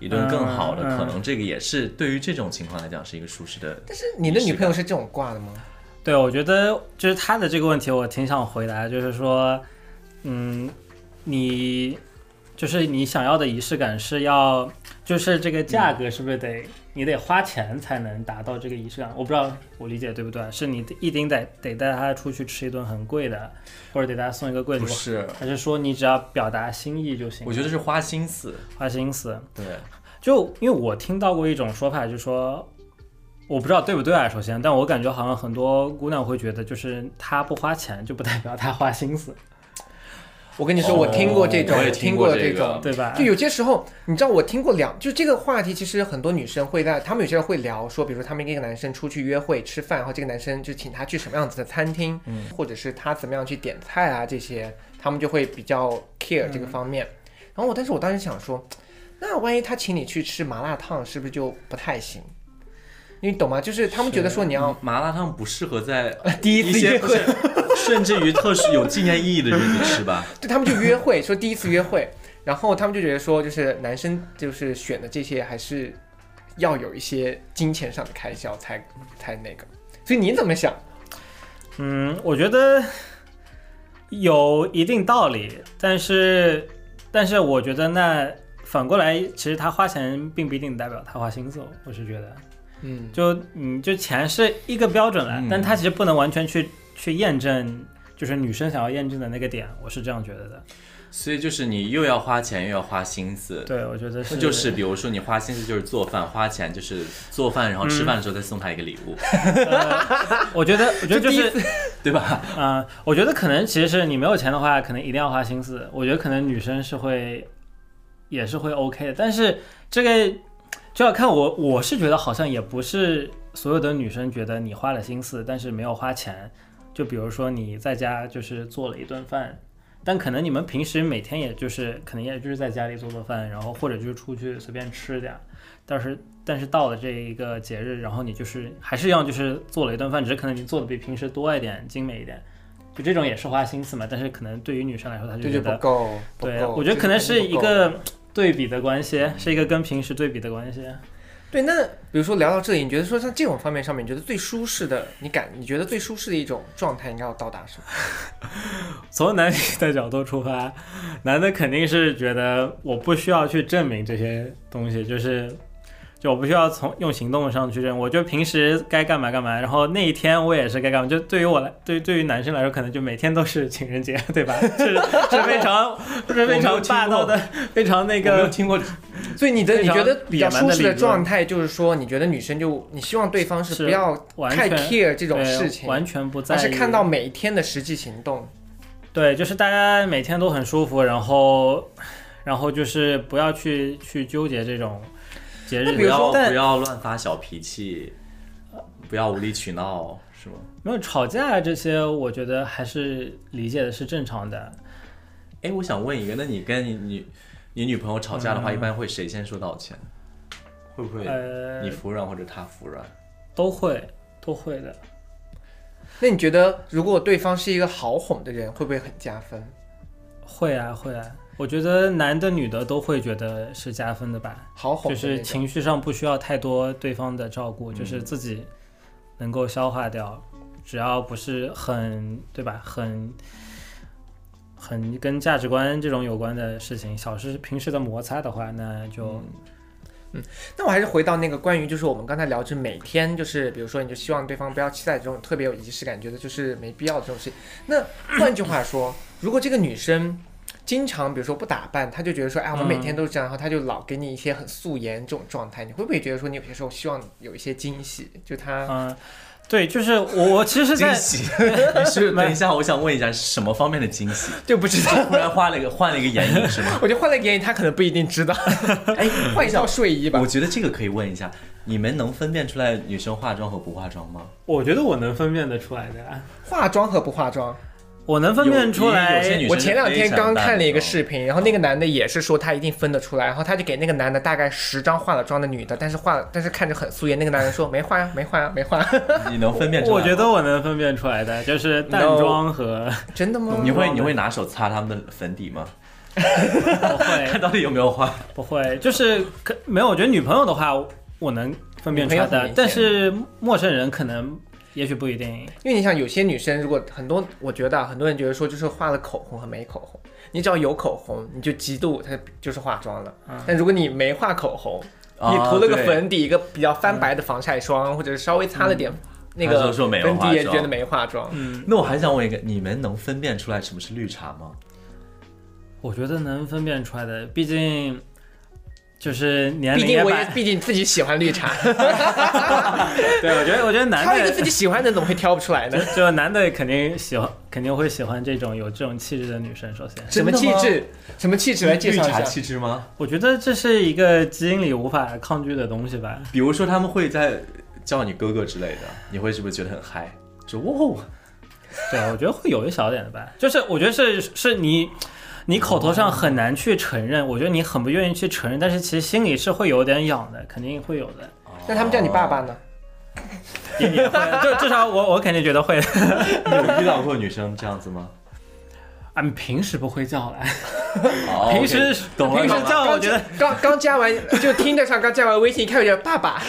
[SPEAKER 1] 一顿更好的，
[SPEAKER 3] 嗯嗯
[SPEAKER 1] 可能这个也是对于这种情况来讲是一个舒适的。
[SPEAKER 2] 但是你的女朋友是这种挂的吗？
[SPEAKER 3] 对，我觉得就是他的这个问题，我挺想回答，就是说，嗯，你就是你想要的仪式感是要，就是这个价格是不是得、你得花钱才能达到这个仪式感？我不知道我理解对不对，是你一定得得带他出去吃一顿很贵的，或者给他送一个贵的
[SPEAKER 1] 不，是，
[SPEAKER 3] 还是说你只要表达心意就行？
[SPEAKER 1] 我觉得是花心思。
[SPEAKER 3] 花心思，
[SPEAKER 1] 对，
[SPEAKER 3] 就因为我听到过一种说法，就是说，我不知道对不对啊。首先，但我感觉好像很多姑娘会觉得，就是她不花钱，就不代表她花心思，
[SPEAKER 2] 我跟你说，
[SPEAKER 1] 哦
[SPEAKER 2] 我听过这种，
[SPEAKER 1] 我也
[SPEAKER 2] 听
[SPEAKER 1] 听
[SPEAKER 2] 过
[SPEAKER 1] 过
[SPEAKER 2] 这
[SPEAKER 1] 这
[SPEAKER 2] 种
[SPEAKER 1] 个。
[SPEAKER 3] 对吧？
[SPEAKER 2] 就有些时候，你知道，我听过两，就这个话题，其实很多女生会在，她们有些人会聊说，比如说她们跟一个男生出去约会吃饭，然后这个男生就请她去什么样子的餐厅，或者是他怎么样去点菜啊这些，他们就会比较 care 这个方面。然后我，但是我当时想说，那万一他请你去吃麻辣烫，是不是就不太行？你懂吗？就是 他们觉得说你要
[SPEAKER 1] 麻辣烫不适合在
[SPEAKER 2] 第一次
[SPEAKER 1] 些
[SPEAKER 2] 约会
[SPEAKER 1] 不是，甚至于特殊有纪念意义的日子吃吧。
[SPEAKER 2] 对他们就约会， 说第一次约会，然后他们就觉得说，就是男生就是选的这些还是要有一些金钱上的开销才才那个。所以你怎么想？
[SPEAKER 3] 嗯，我觉得有一定道理，但是，但是我觉得那反过来，其实她花钱并不一定代表她花心思哦，我是觉得。
[SPEAKER 2] 嗯，
[SPEAKER 3] 就嗯，就钱是一个标准了，
[SPEAKER 1] 嗯
[SPEAKER 3] 但它其实不能完全去去验证，就是女生想要验证的那个点，我是这样觉得的。
[SPEAKER 1] 所以就是你又要花钱又要花心思，
[SPEAKER 3] 对，我觉得是，
[SPEAKER 1] 那就是比如说你花心思就是做饭，花钱就是做饭，然后吃饭的时候再送他一个礼物，
[SPEAKER 3] 我觉得，我觉得就是，
[SPEAKER 1] 对吧？
[SPEAKER 3] 啊、我觉得可能其实是你没有钱的话，可能一定要花心思。我觉得可能女生是会，也是会 OK 的，但是这个就要看我，我是觉得好像也不是所有的女生觉得你花了心思，但是没有花钱，就比如说你在家就是做了一顿饭，但可能你们平时每天也就是可能也就是在家里做做饭，然后或者就是出去随便吃点儿，但是但是到了这一个节日，然后你就是还是一样就是做了一顿饭，只是可能你做的比平时多一点，精美一点。就这种也是花心思嘛，但是可能对于女生来说，她就
[SPEAKER 2] 这
[SPEAKER 3] 觉
[SPEAKER 2] 就不
[SPEAKER 3] 得
[SPEAKER 2] 够。不
[SPEAKER 3] 对，
[SPEAKER 2] 够
[SPEAKER 3] 我觉得
[SPEAKER 2] 这
[SPEAKER 3] 可能
[SPEAKER 2] 肯定
[SPEAKER 3] 是
[SPEAKER 2] 不
[SPEAKER 3] 一
[SPEAKER 2] 够
[SPEAKER 3] 个对比的关系，是一个跟平时对比的关系。
[SPEAKER 2] 对。那比如说聊到这里，你觉得说像这种方面上面，你觉得最舒适的，你感你觉得最舒适的一种状态应该要到达什么？
[SPEAKER 3] 从男女的角度出发，男的肯定是觉得我不需要去证明这些东西，就是就我不需要从用行动上去证，我就平时该干嘛干嘛，然后那一天我也是该干嘛。就对于我来，对对于男生来说，可能就每天都是情人节， 对吧？是是非常是非常霸道的，非常那
[SPEAKER 1] 我没有
[SPEAKER 3] 个。
[SPEAKER 1] 听过
[SPEAKER 2] 所以你的
[SPEAKER 3] 非
[SPEAKER 2] 你觉
[SPEAKER 3] 常
[SPEAKER 2] 得比较
[SPEAKER 3] 野蛮的
[SPEAKER 2] 舒适
[SPEAKER 3] 理
[SPEAKER 2] 的
[SPEAKER 3] 论
[SPEAKER 2] 状态，就是说你觉得女生就你希望对方是
[SPEAKER 3] 是
[SPEAKER 2] 不要
[SPEAKER 3] 完
[SPEAKER 2] 太
[SPEAKER 3] 全
[SPEAKER 2] care 这
[SPEAKER 3] 这
[SPEAKER 2] 种事情，
[SPEAKER 3] 完全不在
[SPEAKER 2] 而
[SPEAKER 3] 意，
[SPEAKER 2] 是看到每一天的实际行动。
[SPEAKER 3] 对，就是大家每天都很舒服，然后，然后就是不要去去纠结这种节日
[SPEAKER 2] 那
[SPEAKER 3] 的。
[SPEAKER 2] 比
[SPEAKER 1] 不
[SPEAKER 2] 如
[SPEAKER 1] 要
[SPEAKER 2] 说
[SPEAKER 3] 但
[SPEAKER 1] 不要乱发小脾气，不要无理取闹，是吗？
[SPEAKER 3] 没有吵架这些，我觉得还是理解的是正常的。
[SPEAKER 1] 哎，我想问一个，那你跟你女你女朋友吵架的话，一般会谁先说道歉？会不会
[SPEAKER 3] 嗯呃
[SPEAKER 1] 你，服软或者她服软？
[SPEAKER 3] 都会都会的。
[SPEAKER 2] 那你觉得如果对方是一个好哄的人，会不会很加分？
[SPEAKER 3] 会啊会啊，我觉得男的女的都会觉得是加分的吧，
[SPEAKER 2] 好哄
[SPEAKER 3] 就
[SPEAKER 2] 的那
[SPEAKER 3] 是
[SPEAKER 2] 种
[SPEAKER 3] 情绪上不需要太多对方的照顾，就是自己能够消化掉，只要不是很对吧，很很跟价值观这种有关的事情，小事平时的摩擦的话，那就、
[SPEAKER 2] 那我还是回到那个关于，就是我们刚才聊，就是每天就是，比如说，你就希望对方不要期待这种特别有仪式感，觉得就是没必要的这种事情。那换句话说，如果这个女生经常比如说不打扮，她就觉得说，哎，我们每天都是这样，然后她就老给你一些很素颜这种状态，你会不会觉得说，你有些时候希望有一些惊喜？就她
[SPEAKER 3] 嗯，对，就是我我其实
[SPEAKER 1] 惊
[SPEAKER 3] 在
[SPEAKER 1] 喜？你 是等一下，我想问一下是什么方面的惊喜？
[SPEAKER 2] 就不知道，
[SPEAKER 1] 突然换了一个换了一个眼影是吗？
[SPEAKER 2] 我就换了个眼影，她可能不一定知道。
[SPEAKER 1] 哎，
[SPEAKER 2] 换一套睡衣吧
[SPEAKER 1] 我。觉得这个可以问一下，你们能分辨出来女生化妆和不化妆吗？
[SPEAKER 3] 我觉得我能分辨得出来的、啊
[SPEAKER 2] 化妆和不化妆，
[SPEAKER 3] 我能分辨出来。
[SPEAKER 1] 有些女生
[SPEAKER 2] 我前两天刚看了一个
[SPEAKER 1] 是
[SPEAKER 2] 视频，然后那
[SPEAKER 1] 嗯
[SPEAKER 2] 个男的也是说他一定分得出来，然后他就给那个男的大概十张化了妆的女的，但是化了但是看着很素颜，那个男人说没化呀，没化呀，没 化，
[SPEAKER 1] 非常淡的，你能分辨出来吗？
[SPEAKER 3] 我觉得我能分辨出来的，就是淡
[SPEAKER 2] No
[SPEAKER 3] 妆和
[SPEAKER 2] 真的吗？
[SPEAKER 1] 你会
[SPEAKER 3] 嗯
[SPEAKER 1] 你会拿手擦他们的粉底吗？
[SPEAKER 3] 不
[SPEAKER 1] 看
[SPEAKER 3] 会
[SPEAKER 1] 到底有没有化？
[SPEAKER 3] 不会，就是可没有。我觉得女朋友的话，我能分辨出
[SPEAKER 2] 女朋
[SPEAKER 3] 来
[SPEAKER 2] 友很
[SPEAKER 3] 的
[SPEAKER 2] 明显，
[SPEAKER 3] 但是陌生人可能也许不一定。
[SPEAKER 2] 因为你想有些女生，如果很多，我觉得啊很多人觉得说就是画了口红和没口红，你只要有口红，你就极度她就是化妆了，但如果你没画口红，你涂了个
[SPEAKER 1] 嗯啊，嗯
[SPEAKER 2] 粉底，一个比较翻白的防晒霜，或者是稍微擦了点那
[SPEAKER 1] 她
[SPEAKER 2] 个
[SPEAKER 1] 就说没有
[SPEAKER 2] 粉
[SPEAKER 1] 化
[SPEAKER 2] 底，也
[SPEAKER 1] 妆
[SPEAKER 2] 觉得没化妆。
[SPEAKER 1] 对那我还想问一个，你们能分辨出来什么是绿茶吗？
[SPEAKER 3] 我觉得能分辨出来的，毕竟就是年
[SPEAKER 2] 毕
[SPEAKER 3] 龄
[SPEAKER 2] 竟
[SPEAKER 3] 也
[SPEAKER 2] 我也
[SPEAKER 3] 摆。
[SPEAKER 2] 毕竟自己喜欢绿茶，
[SPEAKER 3] 对，我觉得我觉得男
[SPEAKER 2] 挑一个
[SPEAKER 3] 的
[SPEAKER 2] 自己喜欢的怎么会挑不出来 呢？
[SPEAKER 3] 就男的肯定喜欢，肯定会喜欢这种有这种气质的女生。首先，
[SPEAKER 2] 什么气质？什么气质来介
[SPEAKER 1] 绿
[SPEAKER 2] 绍一
[SPEAKER 1] 茶
[SPEAKER 2] 下？
[SPEAKER 1] 气质吗？
[SPEAKER 3] 我觉得这是一个基因里无法抗拒的东西吧。
[SPEAKER 1] 比如说他们会在叫你哥哥之类的，你会是不是觉得很嗨？就哇哦，
[SPEAKER 3] 对，我觉得会有一小点的吧，就是我觉得是是你，你口头上很难去承认，我觉得你很不愿意去承认，但是其实心里是会有点痒的，肯定会有的，
[SPEAKER 1] 哦
[SPEAKER 2] 那他们叫你爸爸呢？
[SPEAKER 3] 也也会的，就至少我我肯定觉得会的。
[SPEAKER 1] 你 有遇到过女生这样子 吗？
[SPEAKER 3] 啊，你平时不会叫了，
[SPEAKER 1] 哦
[SPEAKER 3] 平时
[SPEAKER 1] OK，懂了，
[SPEAKER 3] 平
[SPEAKER 1] 懂
[SPEAKER 3] 时
[SPEAKER 1] 了
[SPEAKER 3] 叫我觉得
[SPEAKER 2] 刚刚加完，就听着上刚加完微信，一看我就爸爸，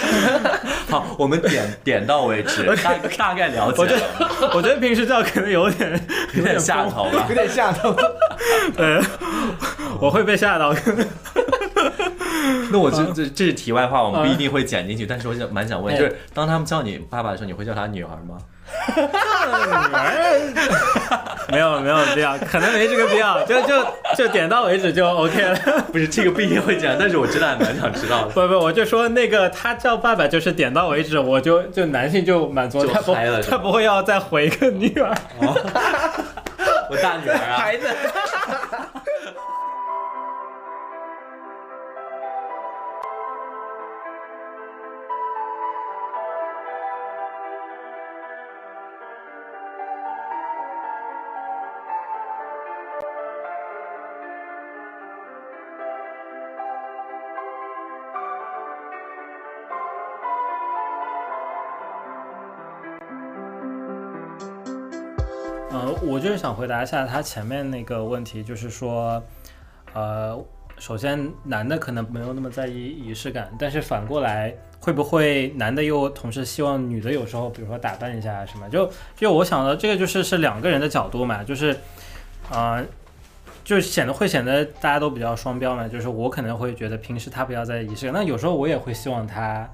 [SPEAKER 1] 好，我们点 点到为 止，大大概了解了，
[SPEAKER 3] 我觉得平时叫可能有点
[SPEAKER 1] 有点下头了
[SPEAKER 2] 有。点吓到。
[SPEAKER 3] 呃，我会被吓到。
[SPEAKER 1] 那我这这这是题外话，我们不一定会剪进去，但是我想蛮想
[SPEAKER 2] 嗯
[SPEAKER 1] 问，就是当他们叫你爸爸的时候，你会叫他女儿 吗？
[SPEAKER 3] 没有没有必要，可能没这个必要，就就就点到为止就 OK 了。
[SPEAKER 1] 不是，这个不一定会讲，但是我真的还蛮想知道的。
[SPEAKER 3] 不不，我就说那个他叫爸爸就是点到为止，我就就男性就满足了，
[SPEAKER 1] 就
[SPEAKER 3] 他不
[SPEAKER 1] 嗨了是吧
[SPEAKER 3] 他不会要再回一个女儿。
[SPEAKER 1] 我大女儿 啊，
[SPEAKER 2] 孩子，
[SPEAKER 3] 呃，我就是想回答一下他前面那个问题，就是说，呃，首先男的可能没有那么在意仪式感，但是反过来会不会男的又同时希望女的有时候，比如说打扮一下啊什么？就就我想到这个就是是两个人的角度嘛，就是，呃。就显得会显得大家都比较双标嘛，就是我可能会觉得平时他比较在意仪式感，那有时候我也会希望他，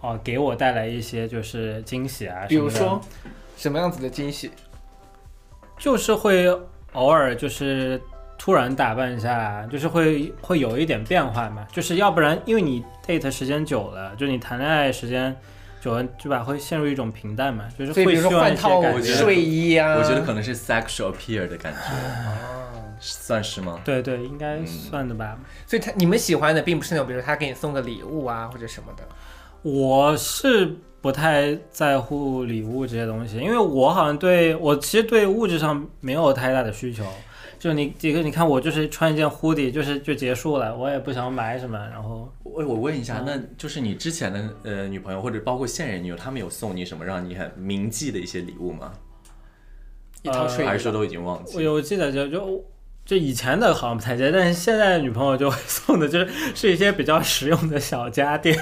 [SPEAKER 3] 哦、给我带来一些就是惊喜啊什么的。
[SPEAKER 2] 比如说什么样子的惊喜？
[SPEAKER 3] 就是会偶尔就是突然打扮一下，就是会会有一点变化嘛。就是要不然，因为你 date 时间久了，就你谈恋爱时间久了，就吧会陷入一种平淡嘛。就是
[SPEAKER 2] 所以比
[SPEAKER 3] 会
[SPEAKER 2] 如
[SPEAKER 3] 希
[SPEAKER 2] 说
[SPEAKER 3] 望
[SPEAKER 2] 换
[SPEAKER 3] 一些
[SPEAKER 2] 套
[SPEAKER 3] 感
[SPEAKER 1] 我觉
[SPEAKER 3] 觉。
[SPEAKER 1] 得
[SPEAKER 2] 睡衣啊，
[SPEAKER 1] 我觉得可能是 sexual appeal 的感觉，哦
[SPEAKER 2] 啊，
[SPEAKER 1] 算是吗？
[SPEAKER 3] 对对，应该
[SPEAKER 1] 嗯
[SPEAKER 3] 算的吧。
[SPEAKER 2] 所以他你们喜欢的并不是那种，比如他给你送个礼物啊或者什么的。
[SPEAKER 3] 我是不太在乎礼物这些东西，因为我好像对我其实对物质上没有太大的需求。就你这个，你看我就是穿一件 hoodie，就是就结束了，我也不想买什么，然后
[SPEAKER 1] 我我问一下，那就是你之前的呃女朋友或者包括现任女友，他们有送你什么让你很铭记的一些礼物吗？
[SPEAKER 2] 一套
[SPEAKER 3] 呃
[SPEAKER 2] 睡衣吧、
[SPEAKER 1] 还是说都已经忘记？
[SPEAKER 3] 我我记得就就就以前的好像不太记得，但是现在的女朋友就会 送的就是是一些比较实用的小家电，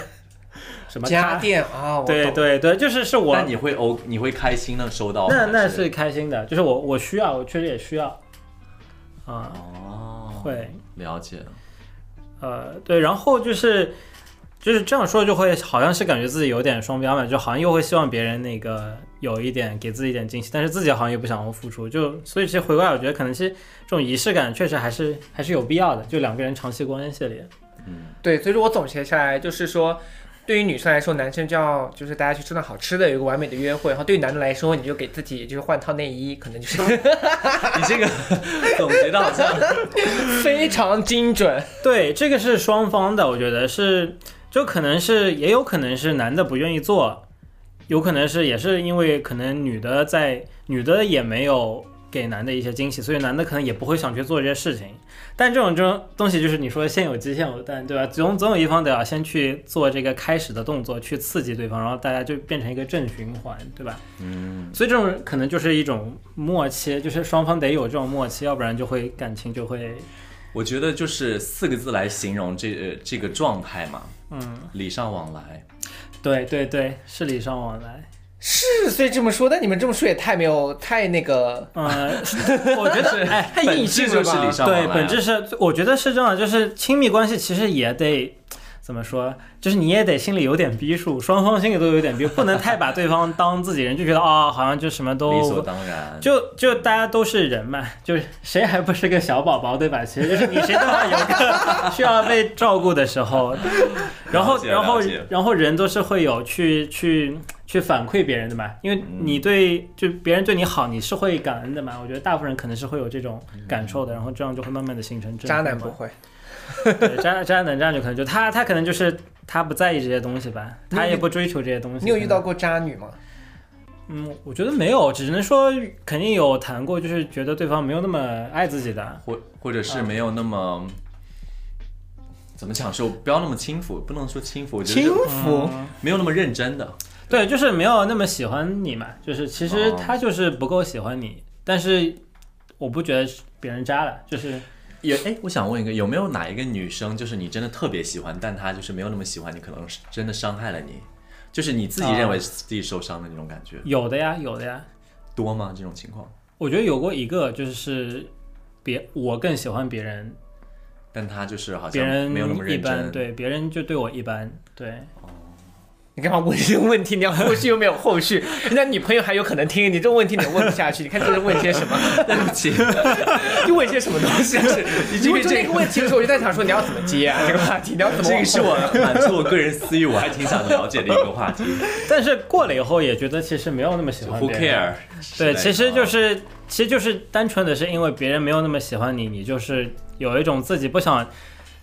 [SPEAKER 3] 什么
[SPEAKER 2] 家
[SPEAKER 3] 咖，
[SPEAKER 2] 电啊，我
[SPEAKER 3] 对
[SPEAKER 2] 懂哦
[SPEAKER 3] 对对，就是是我
[SPEAKER 1] 但你会哦，你会开心的收到吗？
[SPEAKER 3] 那那
[SPEAKER 1] 还
[SPEAKER 3] 是开心的，就是我我需要，我确实也需要，啊、
[SPEAKER 1] 哦，
[SPEAKER 3] 会
[SPEAKER 1] 了解了。
[SPEAKER 3] 呃对，然后就是。就是这样说，就会好像是感觉自己有点双标嘛，就好像又会希望别人那个有一点给自己一点惊喜，但是自己好像又不想付出，就所以其实回过来，我觉得可能是这种仪式感确实还是还是有必要的，就两个人长期关系里。
[SPEAKER 1] 嗯
[SPEAKER 2] 对，所以说我总结下来就是说，对于女生来说，男生就要就是大家去吃顿好吃的，有一个完美的约会；然后对于男的来说，你就给自己就是换套内衣，可能就 是
[SPEAKER 1] 你这个总结的好 像
[SPEAKER 2] 非常精准。
[SPEAKER 3] 对，这个是双方的，我觉得是，就可能是也有可能是男的不愿意做，有可能是也是因为可能女的在女的也没有给男的一些惊喜，所以男的可能也不会想去做这些事情。但这种这种东西就是你说先有鸡先有蛋，对吧？总总有一方得要先去做这个开始的动作，去刺激对方，然后大家就变成一个正循环，对吧？
[SPEAKER 1] 嗯，
[SPEAKER 3] 所以这种可能就是一种默契，就是双方得有这种默契，要不然就会感情就会
[SPEAKER 1] 我觉得就是四个字来形容这、呃、这个状态嘛，
[SPEAKER 3] 嗯。
[SPEAKER 1] 礼尚往来。
[SPEAKER 3] 对对对，是礼尚往来。
[SPEAKER 2] 是，所以这么说，但你们这么说也太没有太那个，
[SPEAKER 3] 呃， 我觉得哎，太
[SPEAKER 1] 本
[SPEAKER 3] 硬
[SPEAKER 1] 质
[SPEAKER 3] 性
[SPEAKER 1] 就
[SPEAKER 3] 了
[SPEAKER 1] 是
[SPEAKER 3] 吧
[SPEAKER 1] 礼尚往来啊
[SPEAKER 3] 对，本质是，我觉得是这样，就是亲密关系其实也得怎么说，就是你也得心里有点逼数，双方心里都有点逼，不能太把对方当自己人，就觉得啊、好像就什么
[SPEAKER 1] 理所
[SPEAKER 3] 都。
[SPEAKER 1] 当然，
[SPEAKER 3] 就就大家都是人嘛，就是谁还不是个小宝宝对吧？其实就是你谁都要有个需要被照顾的时 候，然
[SPEAKER 1] 了
[SPEAKER 3] 后，
[SPEAKER 1] 解
[SPEAKER 3] 然后
[SPEAKER 1] 了解，
[SPEAKER 3] 然后人都是会有去去去反馈别人的嘛，因为
[SPEAKER 1] 嗯
[SPEAKER 3] 你对、就别人对你好，你是会感恩的嘛。我觉得大部分人可能是会有这种感受的，
[SPEAKER 1] 嗯
[SPEAKER 3] 然后这样就会慢慢的形成这
[SPEAKER 2] 渣
[SPEAKER 3] 种
[SPEAKER 2] 男
[SPEAKER 3] 习
[SPEAKER 2] 不
[SPEAKER 3] 惯
[SPEAKER 2] 会，
[SPEAKER 3] 对渣渣男渣女可能就他他可能就是他不在意这些东西吧，
[SPEAKER 2] 你有
[SPEAKER 3] 他也
[SPEAKER 2] 遇
[SPEAKER 3] 不追求这些东西。
[SPEAKER 2] 你有遇
[SPEAKER 3] 可能
[SPEAKER 2] 到过渣女吗？
[SPEAKER 3] 嗯，我觉得没有，只能说肯定有谈过，就是觉得对方没有那么爱自己的。
[SPEAKER 1] 或或者
[SPEAKER 3] 嗯
[SPEAKER 1] 是没有那么、怎么讲说，不要那么轻浮，不能说轻浮，我觉得嗯
[SPEAKER 2] 轻
[SPEAKER 1] 就
[SPEAKER 2] 浮，
[SPEAKER 1] 没有那么认真的。
[SPEAKER 3] 对，就是没有那么喜欢你嘛，就是其实
[SPEAKER 1] 哦
[SPEAKER 3] 他就是不够喜欢你，但是我不觉得别人渣了，就是
[SPEAKER 1] 也哎，我想问一个，有没有哪一个女生，就是你真的特别喜欢，但她就是没有那么喜欢你，可能是真的伤害了你，就是你自己认
[SPEAKER 3] 啊
[SPEAKER 1] 为自己受伤的那种感觉，
[SPEAKER 3] 有的呀，有的呀。
[SPEAKER 1] 多吗？这种情况，
[SPEAKER 3] 我觉得有过一个，就是别我更喜欢别人，
[SPEAKER 1] 但她就是好
[SPEAKER 3] 别
[SPEAKER 1] 像
[SPEAKER 3] 人
[SPEAKER 1] 没有那么
[SPEAKER 3] 一
[SPEAKER 1] 认
[SPEAKER 3] 般，
[SPEAKER 1] 真。
[SPEAKER 3] 对别人就对我一般，对。
[SPEAKER 2] 你干嘛问这个问题？你要后续又没有后续， 人家女朋友还有可能听你这种问题，你问不下去。你看这是问些什么？
[SPEAKER 1] 对不 起，
[SPEAKER 2] 又问些什么东 西？啊因为这个问题的时候，我就在想说你要怎么接啊？这个话题你要怎么
[SPEAKER 1] 这
[SPEAKER 2] 往后？
[SPEAKER 1] 个是我满足我个人私欲，我还挺想了解的一个话 题。
[SPEAKER 3] 但是过了以后也觉得其实没有那么喜欢
[SPEAKER 1] Who
[SPEAKER 3] 别人。
[SPEAKER 1] care？
[SPEAKER 3] 对，其
[SPEAKER 2] 啊
[SPEAKER 3] 实就是其实就是单纯的是因为别人没有那么喜欢你，你就是有一种自己不想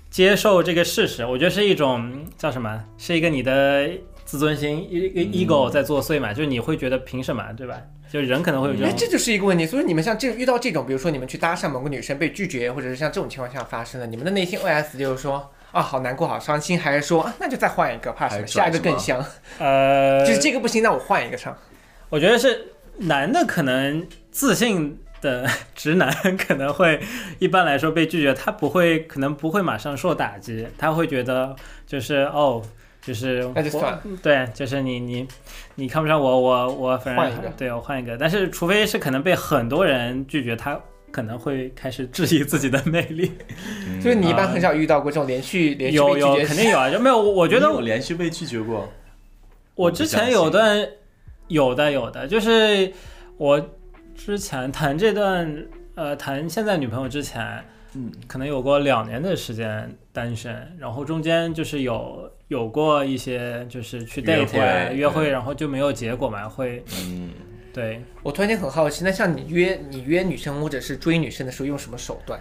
[SPEAKER 3] 接受这个事实。我觉得是一种叫什么？是一个你的自尊心一个
[SPEAKER 2] 嗯
[SPEAKER 3] ego 在作祟嘛，就是你会觉得凭什么，对吧？就人可能会有这
[SPEAKER 2] 哎，
[SPEAKER 3] 种
[SPEAKER 2] 这就是一个问题。所以你们像这遇到这种，比如说你们去搭讪某个女生被拒绝，或者是像这种情况下发生的，你们的内心 OS 就是说啊，好难过，好伤心，还是说啊，那就再换一个，怕什
[SPEAKER 1] 还
[SPEAKER 2] 么？
[SPEAKER 1] 转
[SPEAKER 2] 下一个更香，
[SPEAKER 3] 呃，
[SPEAKER 2] 就是这个不行，那我换一个上。
[SPEAKER 3] 我觉得是男的可能自信的 直男可能会一般来说被拒绝，他不会，可能不会马上受打击，他会觉得就是哦，就是
[SPEAKER 2] 那就算了
[SPEAKER 3] 我对，就是你你你看不上我，我我反正
[SPEAKER 2] 换一个
[SPEAKER 3] 对我换一个。但是除非是可能被很多人拒绝，他可能会开始质疑自己的魅力。
[SPEAKER 1] 嗯
[SPEAKER 2] 就是你一般
[SPEAKER 3] 啊
[SPEAKER 2] 很少遇到过这种连续连续被
[SPEAKER 3] 有有
[SPEAKER 2] 拒绝
[SPEAKER 3] 肯定有啊，就没有我我觉得
[SPEAKER 1] 你有连续被拒绝过，
[SPEAKER 3] 我之前有段，有的有的，就是我之前谈这段，呃，谈现在女朋友之前，
[SPEAKER 1] 嗯，
[SPEAKER 3] 可能有过两年的时间单身，然后中间就是有有过一些就是去
[SPEAKER 1] 约
[SPEAKER 3] date 啊
[SPEAKER 1] 会
[SPEAKER 3] 约会，
[SPEAKER 1] 对
[SPEAKER 3] 然后就没有结果嘛，会
[SPEAKER 1] 嗯，
[SPEAKER 3] 对，
[SPEAKER 2] 我突然间很好奇，那像你约你约女生或者是追女生的时候用什么手
[SPEAKER 3] 嗯
[SPEAKER 2] 段？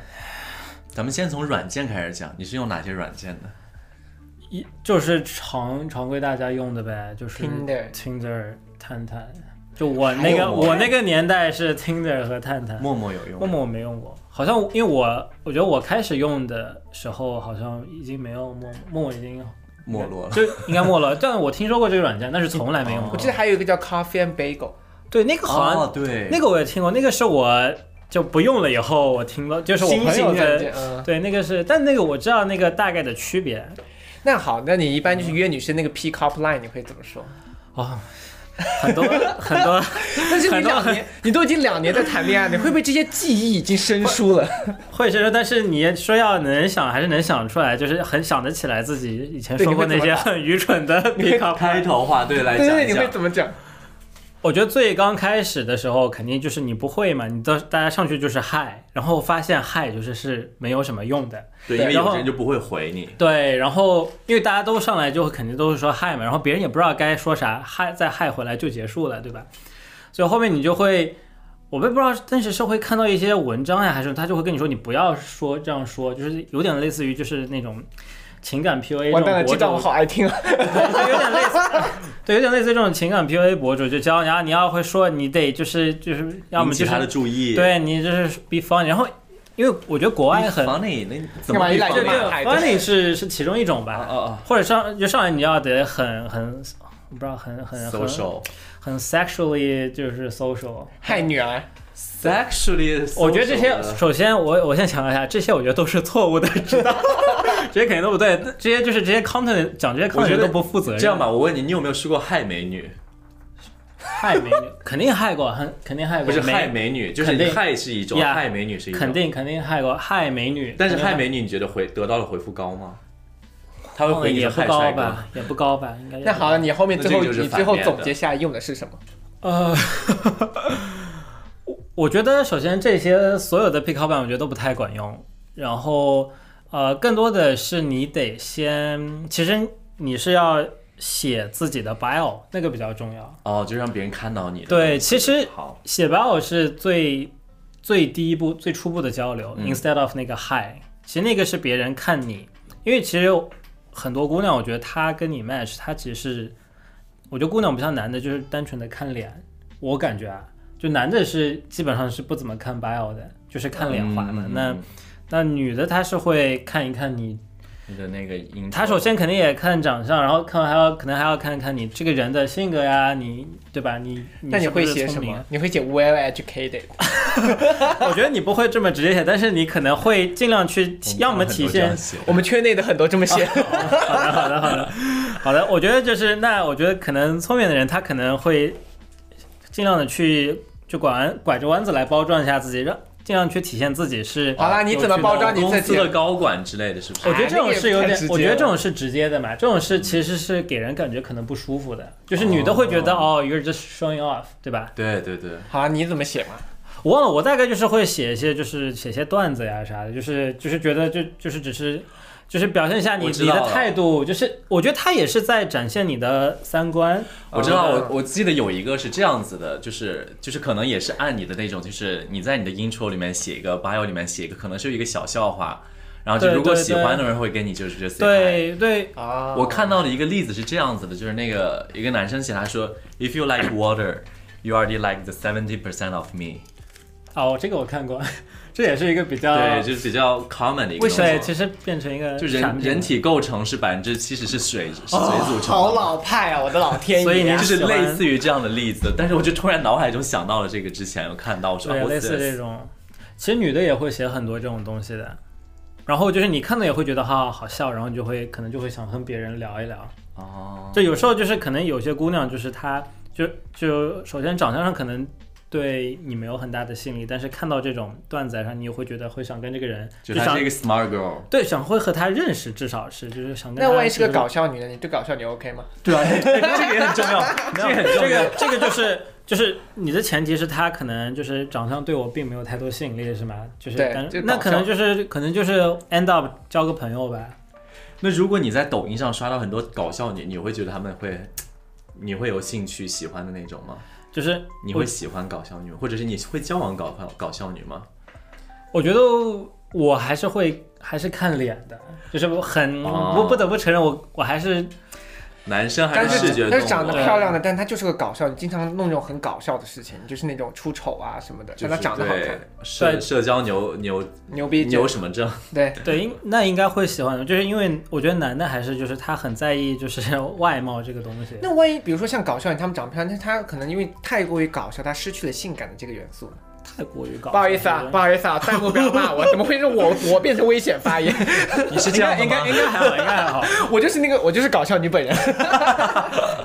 [SPEAKER 1] 咱们先从软件开始讲，你是用哪些软件的？
[SPEAKER 3] 一就是常常规大家用的呗，就是
[SPEAKER 2] Tinder
[SPEAKER 3] Tinder 探探，就我
[SPEAKER 1] 还
[SPEAKER 3] 那
[SPEAKER 1] 有
[SPEAKER 3] 个
[SPEAKER 1] 吗
[SPEAKER 3] 我那个年代是 Tinder 和探探。
[SPEAKER 1] 陌陌有用吗
[SPEAKER 3] 陌？陌我没用过，好像因为我我觉得我开始用的时候好像已经没有陌陌陌陌已经
[SPEAKER 1] 没落了。
[SPEAKER 3] 就应该没了，但我听说过这个软件，但是从来没用
[SPEAKER 1] 哦
[SPEAKER 3] 过
[SPEAKER 2] 我。记得还有一个叫 Coffee and Bagel，
[SPEAKER 3] 对，那个好像、
[SPEAKER 1] 哦，对，
[SPEAKER 3] 那个我也听过，那个是我就不用了以后我听到，就是我
[SPEAKER 2] 新
[SPEAKER 3] 朋
[SPEAKER 2] 型
[SPEAKER 3] 友
[SPEAKER 2] 软
[SPEAKER 3] 在
[SPEAKER 2] 件。嗯，
[SPEAKER 3] 对那个是，但那个我知道那个大概的区别。
[SPEAKER 2] 那好，那你一般就是约女生那个 pick up line，你会怎么说？
[SPEAKER 3] 哦，很多很多
[SPEAKER 2] 但是你
[SPEAKER 3] 很多
[SPEAKER 2] 两年， 你都已经两年在谈恋爱，你会不会这些记忆已经生疏了？
[SPEAKER 3] 会是说，但是你说要能想还是能想出来，就是很想得起来自己以前
[SPEAKER 2] 对
[SPEAKER 3] 说
[SPEAKER 2] 你会
[SPEAKER 3] 过那
[SPEAKER 2] 怎么
[SPEAKER 3] 些
[SPEAKER 2] 打
[SPEAKER 3] 很愚蠢的 pick up
[SPEAKER 1] 开头话对来
[SPEAKER 2] 对
[SPEAKER 1] 哎讲
[SPEAKER 2] 对，
[SPEAKER 1] 一
[SPEAKER 2] 你会
[SPEAKER 1] 讲，
[SPEAKER 2] 怎么讲？
[SPEAKER 3] 我觉得最刚开始的时候，肯定就是你不会嘛，你到大家上去就是嗨，然后发现嗨就是是没有什么用的，
[SPEAKER 1] 对，因为有
[SPEAKER 3] 然后
[SPEAKER 1] 些人就不会回你。
[SPEAKER 3] 对，然后因为大家都上来就肯定都是说嗨嘛，然后别人也不知道该说啥，嗨再嗨回来就结束了，对吧？所以后面你就会，我也不知道，但是是会看到一些文章啊呀，还是他就会跟你说你不要说这样说，就是有点类似于就是那种情感 PUA
[SPEAKER 2] 完
[SPEAKER 3] 这
[SPEAKER 2] 蛋
[SPEAKER 3] 种
[SPEAKER 2] 了，
[SPEAKER 3] 博
[SPEAKER 2] 这段我
[SPEAKER 3] 主
[SPEAKER 2] 好爱听啊！
[SPEAKER 3] 对，有点类似，对，有点类似这种情感 PUA 博主，就教你啊，你要会说，你得就是就是，要么
[SPEAKER 1] 引起
[SPEAKER 3] 就
[SPEAKER 1] 他的
[SPEAKER 3] 是
[SPEAKER 1] 注意，，
[SPEAKER 3] 对你就是 be funny，然后因为我觉得国外很
[SPEAKER 1] 防你那怎
[SPEAKER 2] 干
[SPEAKER 1] 么
[SPEAKER 2] 嘛一来
[SPEAKER 1] 防
[SPEAKER 2] 就
[SPEAKER 3] 对
[SPEAKER 1] 你
[SPEAKER 2] 骂
[SPEAKER 1] 啊
[SPEAKER 2] 哎
[SPEAKER 3] funny 是是其中一种吧，
[SPEAKER 1] 啊啊
[SPEAKER 3] 或者上就上来你要得很很，我不知道很很很
[SPEAKER 1] ，social
[SPEAKER 3] 很 sexually 就是 social，
[SPEAKER 2] 嗨，女儿，
[SPEAKER 1] sexually，
[SPEAKER 3] 我觉得这
[SPEAKER 1] social
[SPEAKER 3] 些
[SPEAKER 1] 的
[SPEAKER 3] 首先我我先强调一下，这些我觉得都是错误的指导， 这些肯定都不对，这些就是这些 content 讲这些
[SPEAKER 1] 我觉
[SPEAKER 3] content
[SPEAKER 1] 得
[SPEAKER 3] 都不负责任。
[SPEAKER 1] 这样吧，我问你，你有没有试过害美女？
[SPEAKER 3] 害美女，肯定害过，很肯定害过，
[SPEAKER 1] 不是
[SPEAKER 3] 美
[SPEAKER 1] 害美女，就是
[SPEAKER 3] 肯定
[SPEAKER 1] 害是一种，
[SPEAKER 3] 呀
[SPEAKER 1] 害美女是一种，
[SPEAKER 3] 肯。定肯定害过，害美女，
[SPEAKER 1] 但是
[SPEAKER 3] 肯定
[SPEAKER 1] 害美女，你觉得回得到了回复高吗？他会
[SPEAKER 3] 嗯
[SPEAKER 1] 回你
[SPEAKER 3] 也
[SPEAKER 1] 说
[SPEAKER 3] 不
[SPEAKER 1] 害
[SPEAKER 3] 高
[SPEAKER 1] 帅哥。
[SPEAKER 3] 吧，也不高吧，应该也不
[SPEAKER 2] 那
[SPEAKER 3] 高
[SPEAKER 2] 好，你后面最后
[SPEAKER 1] 那这个就是
[SPEAKER 2] 你最后
[SPEAKER 1] 反面的
[SPEAKER 2] 总结下来用的是什么？
[SPEAKER 3] 呃， 我我觉得首先这些所有的 pick up 版我觉得都不太管用，然后呃，更多的是你得先，其实你是要写自己的 bio，那个比较重要。
[SPEAKER 1] 哦，就让别人看到你的。
[SPEAKER 3] 对，其实
[SPEAKER 1] 好，
[SPEAKER 3] 写 bio 是最最第一步、最初步的交流、
[SPEAKER 1] 嗯
[SPEAKER 3] i n s t e a d of 那个 hi，其实那个是别人看你，因为其实有很多姑娘，我觉得她跟你 match，她其实是，我觉得姑娘不像男的，就是单纯的看脸，我感觉啊，就男的是基本上是不怎么看 bio 的，就是看脸滑嘛。
[SPEAKER 1] 嗯
[SPEAKER 3] 那那女的她是会看一看你
[SPEAKER 1] 你的那个音，
[SPEAKER 3] 他首先肯定也看长相，然后看还要可能还要看看你这个人的性格呀，你对吧？你
[SPEAKER 2] 那你
[SPEAKER 3] 是不
[SPEAKER 2] 会
[SPEAKER 3] 是
[SPEAKER 2] 写什
[SPEAKER 3] 聪明啊
[SPEAKER 2] 么？你会写 well educated，
[SPEAKER 3] 我觉得你不会这么直接写，但是你可能会尽量去
[SPEAKER 1] 我，们
[SPEAKER 3] 要么
[SPEAKER 1] 看到很
[SPEAKER 3] 体
[SPEAKER 1] 多这样
[SPEAKER 3] 现。
[SPEAKER 1] 写
[SPEAKER 2] 我们圈内的很多这么写。
[SPEAKER 3] 好的， 好的，好 的，好的。我觉得就是那，我觉得可能聪明的人他可能会尽量的去就拐弯拐着弯子来包装一下自己，让尽量去体现自己是。
[SPEAKER 2] 好啦，你怎么包装你
[SPEAKER 1] 公
[SPEAKER 2] 自
[SPEAKER 1] 司
[SPEAKER 2] 己？
[SPEAKER 1] 的高管之类的，是不是
[SPEAKER 3] 我？觉得这种是有
[SPEAKER 2] 那个也太
[SPEAKER 3] 点
[SPEAKER 2] 直接，了
[SPEAKER 3] 我觉得这种是直接的嘛，这种是其实是给人感觉可能不舒服的，就是女的会觉得哦，you're just showing off，对吧？
[SPEAKER 1] 对对对，
[SPEAKER 2] 好啦，你怎么写嘛？
[SPEAKER 3] 我忘了，我大概就是会写一些，就是写些段子呀啥的，就是就是觉得就就是只是，就是表现一下你
[SPEAKER 1] 我知
[SPEAKER 3] 你
[SPEAKER 1] 道了
[SPEAKER 3] 的态度，就是我觉得他也是在展现你的三观。
[SPEAKER 1] 我知道，
[SPEAKER 2] 嗯
[SPEAKER 1] 我我记得有一个是这样子的，就是就是可能也是按你的那种，就是你在你的 intro 里面写一个，bio 里面写一个，可能是有一个小笑话，然后就
[SPEAKER 3] 对
[SPEAKER 1] 如果
[SPEAKER 3] 对
[SPEAKER 1] 喜欢的人会跟你就是这 say hi。
[SPEAKER 3] 对对，
[SPEAKER 2] 啊
[SPEAKER 1] 我看到的一个例子是这样子的，就是那个一个男生写他说，If you like water, you already like the seventy percent of me。
[SPEAKER 3] 哦，这个我看过， 这也是一个比较
[SPEAKER 1] 对，就是比较 common 的一个
[SPEAKER 3] 啊为
[SPEAKER 1] 东
[SPEAKER 3] 什么
[SPEAKER 1] 西。
[SPEAKER 3] 其实变成一个
[SPEAKER 1] 就
[SPEAKER 3] 产
[SPEAKER 1] 人
[SPEAKER 3] 品哦
[SPEAKER 1] 人体构成是百分之七十是水是水组成的，
[SPEAKER 2] 好老派啊！我的老天爷！
[SPEAKER 3] 所以你
[SPEAKER 1] 就是
[SPEAKER 3] 喜欢
[SPEAKER 1] 类似于这样的例子，但是我就突然脑海中想到了这个，之前有看到我说啊
[SPEAKER 3] 对，
[SPEAKER 1] 我
[SPEAKER 3] 类似这种，其实女的也会写很多这种东西的。然后就是你看了也会觉得哈好笑，然后你就会可能就会想跟别人聊一聊。
[SPEAKER 1] 哦，
[SPEAKER 3] 就有时候就是可能有些姑娘就是她就就首先长相上可能对你没有很大的吸引力，但是看到这种段子上，你也会觉得会想跟这个人
[SPEAKER 1] 就
[SPEAKER 3] 想
[SPEAKER 1] 她是一个 smart girl，
[SPEAKER 3] 对想会和他认识，至少是就是想跟
[SPEAKER 2] 那
[SPEAKER 3] 他。
[SPEAKER 2] 万一是个搞笑女呢？你对搞笑女 OK 吗？
[SPEAKER 3] 对啊，这个也很重 要，
[SPEAKER 1] 这个很重要
[SPEAKER 3] 这个这个就是就是你的前提是他可能就是长相对我并没有太多吸引力，是吗？就是
[SPEAKER 2] 对
[SPEAKER 3] 但
[SPEAKER 2] 就搞
[SPEAKER 3] 那
[SPEAKER 2] 笑
[SPEAKER 3] 可能就是可能就是 end up 交个朋友吧。
[SPEAKER 1] 那如果你在抖音上刷到很多搞笑女，你会觉得他们会，你会有兴趣喜欢的那种吗？
[SPEAKER 3] 就是
[SPEAKER 1] 你会喜欢搞笑女，或者是你会交往搞搞搞笑女吗？
[SPEAKER 3] 我觉得我还是会还是看脸的，就是我很、
[SPEAKER 1] 哦
[SPEAKER 3] 我不得不承认我我还是
[SPEAKER 1] 男生还
[SPEAKER 2] 但
[SPEAKER 1] 哎是视觉动
[SPEAKER 2] 是但
[SPEAKER 1] 物
[SPEAKER 2] 是长得
[SPEAKER 1] 啊
[SPEAKER 2] 漂亮的，但她就是个搞笑，你经常弄这种很搞笑的事情，就是那种出丑啊什么的，
[SPEAKER 1] 就
[SPEAKER 2] 让
[SPEAKER 1] 是
[SPEAKER 2] 她长得好看
[SPEAKER 1] 对，社社交牛牛
[SPEAKER 2] 牛逼
[SPEAKER 1] 牛
[SPEAKER 2] 就
[SPEAKER 1] 什么症？
[SPEAKER 2] 对。
[SPEAKER 3] 对应那应该会喜欢的，就是因为我觉得男的还是就是他很在意就是外貌这个东西。
[SPEAKER 2] 那万一比如说像搞笑女，她们长得漂亮，但她可能因为太过于搞笑，她失去了性感的这个元素。
[SPEAKER 3] 太过于搞笑
[SPEAKER 2] 不
[SPEAKER 3] 了，
[SPEAKER 2] 好意思啊，不好意思啊，弹幕不要 骂我，怎么会是我我变成危险发 言？
[SPEAKER 1] 你是这样的
[SPEAKER 3] 应该
[SPEAKER 1] 吗？
[SPEAKER 3] 应该还好，应该还好。
[SPEAKER 2] 我就是那个我就是搞笑女 本人。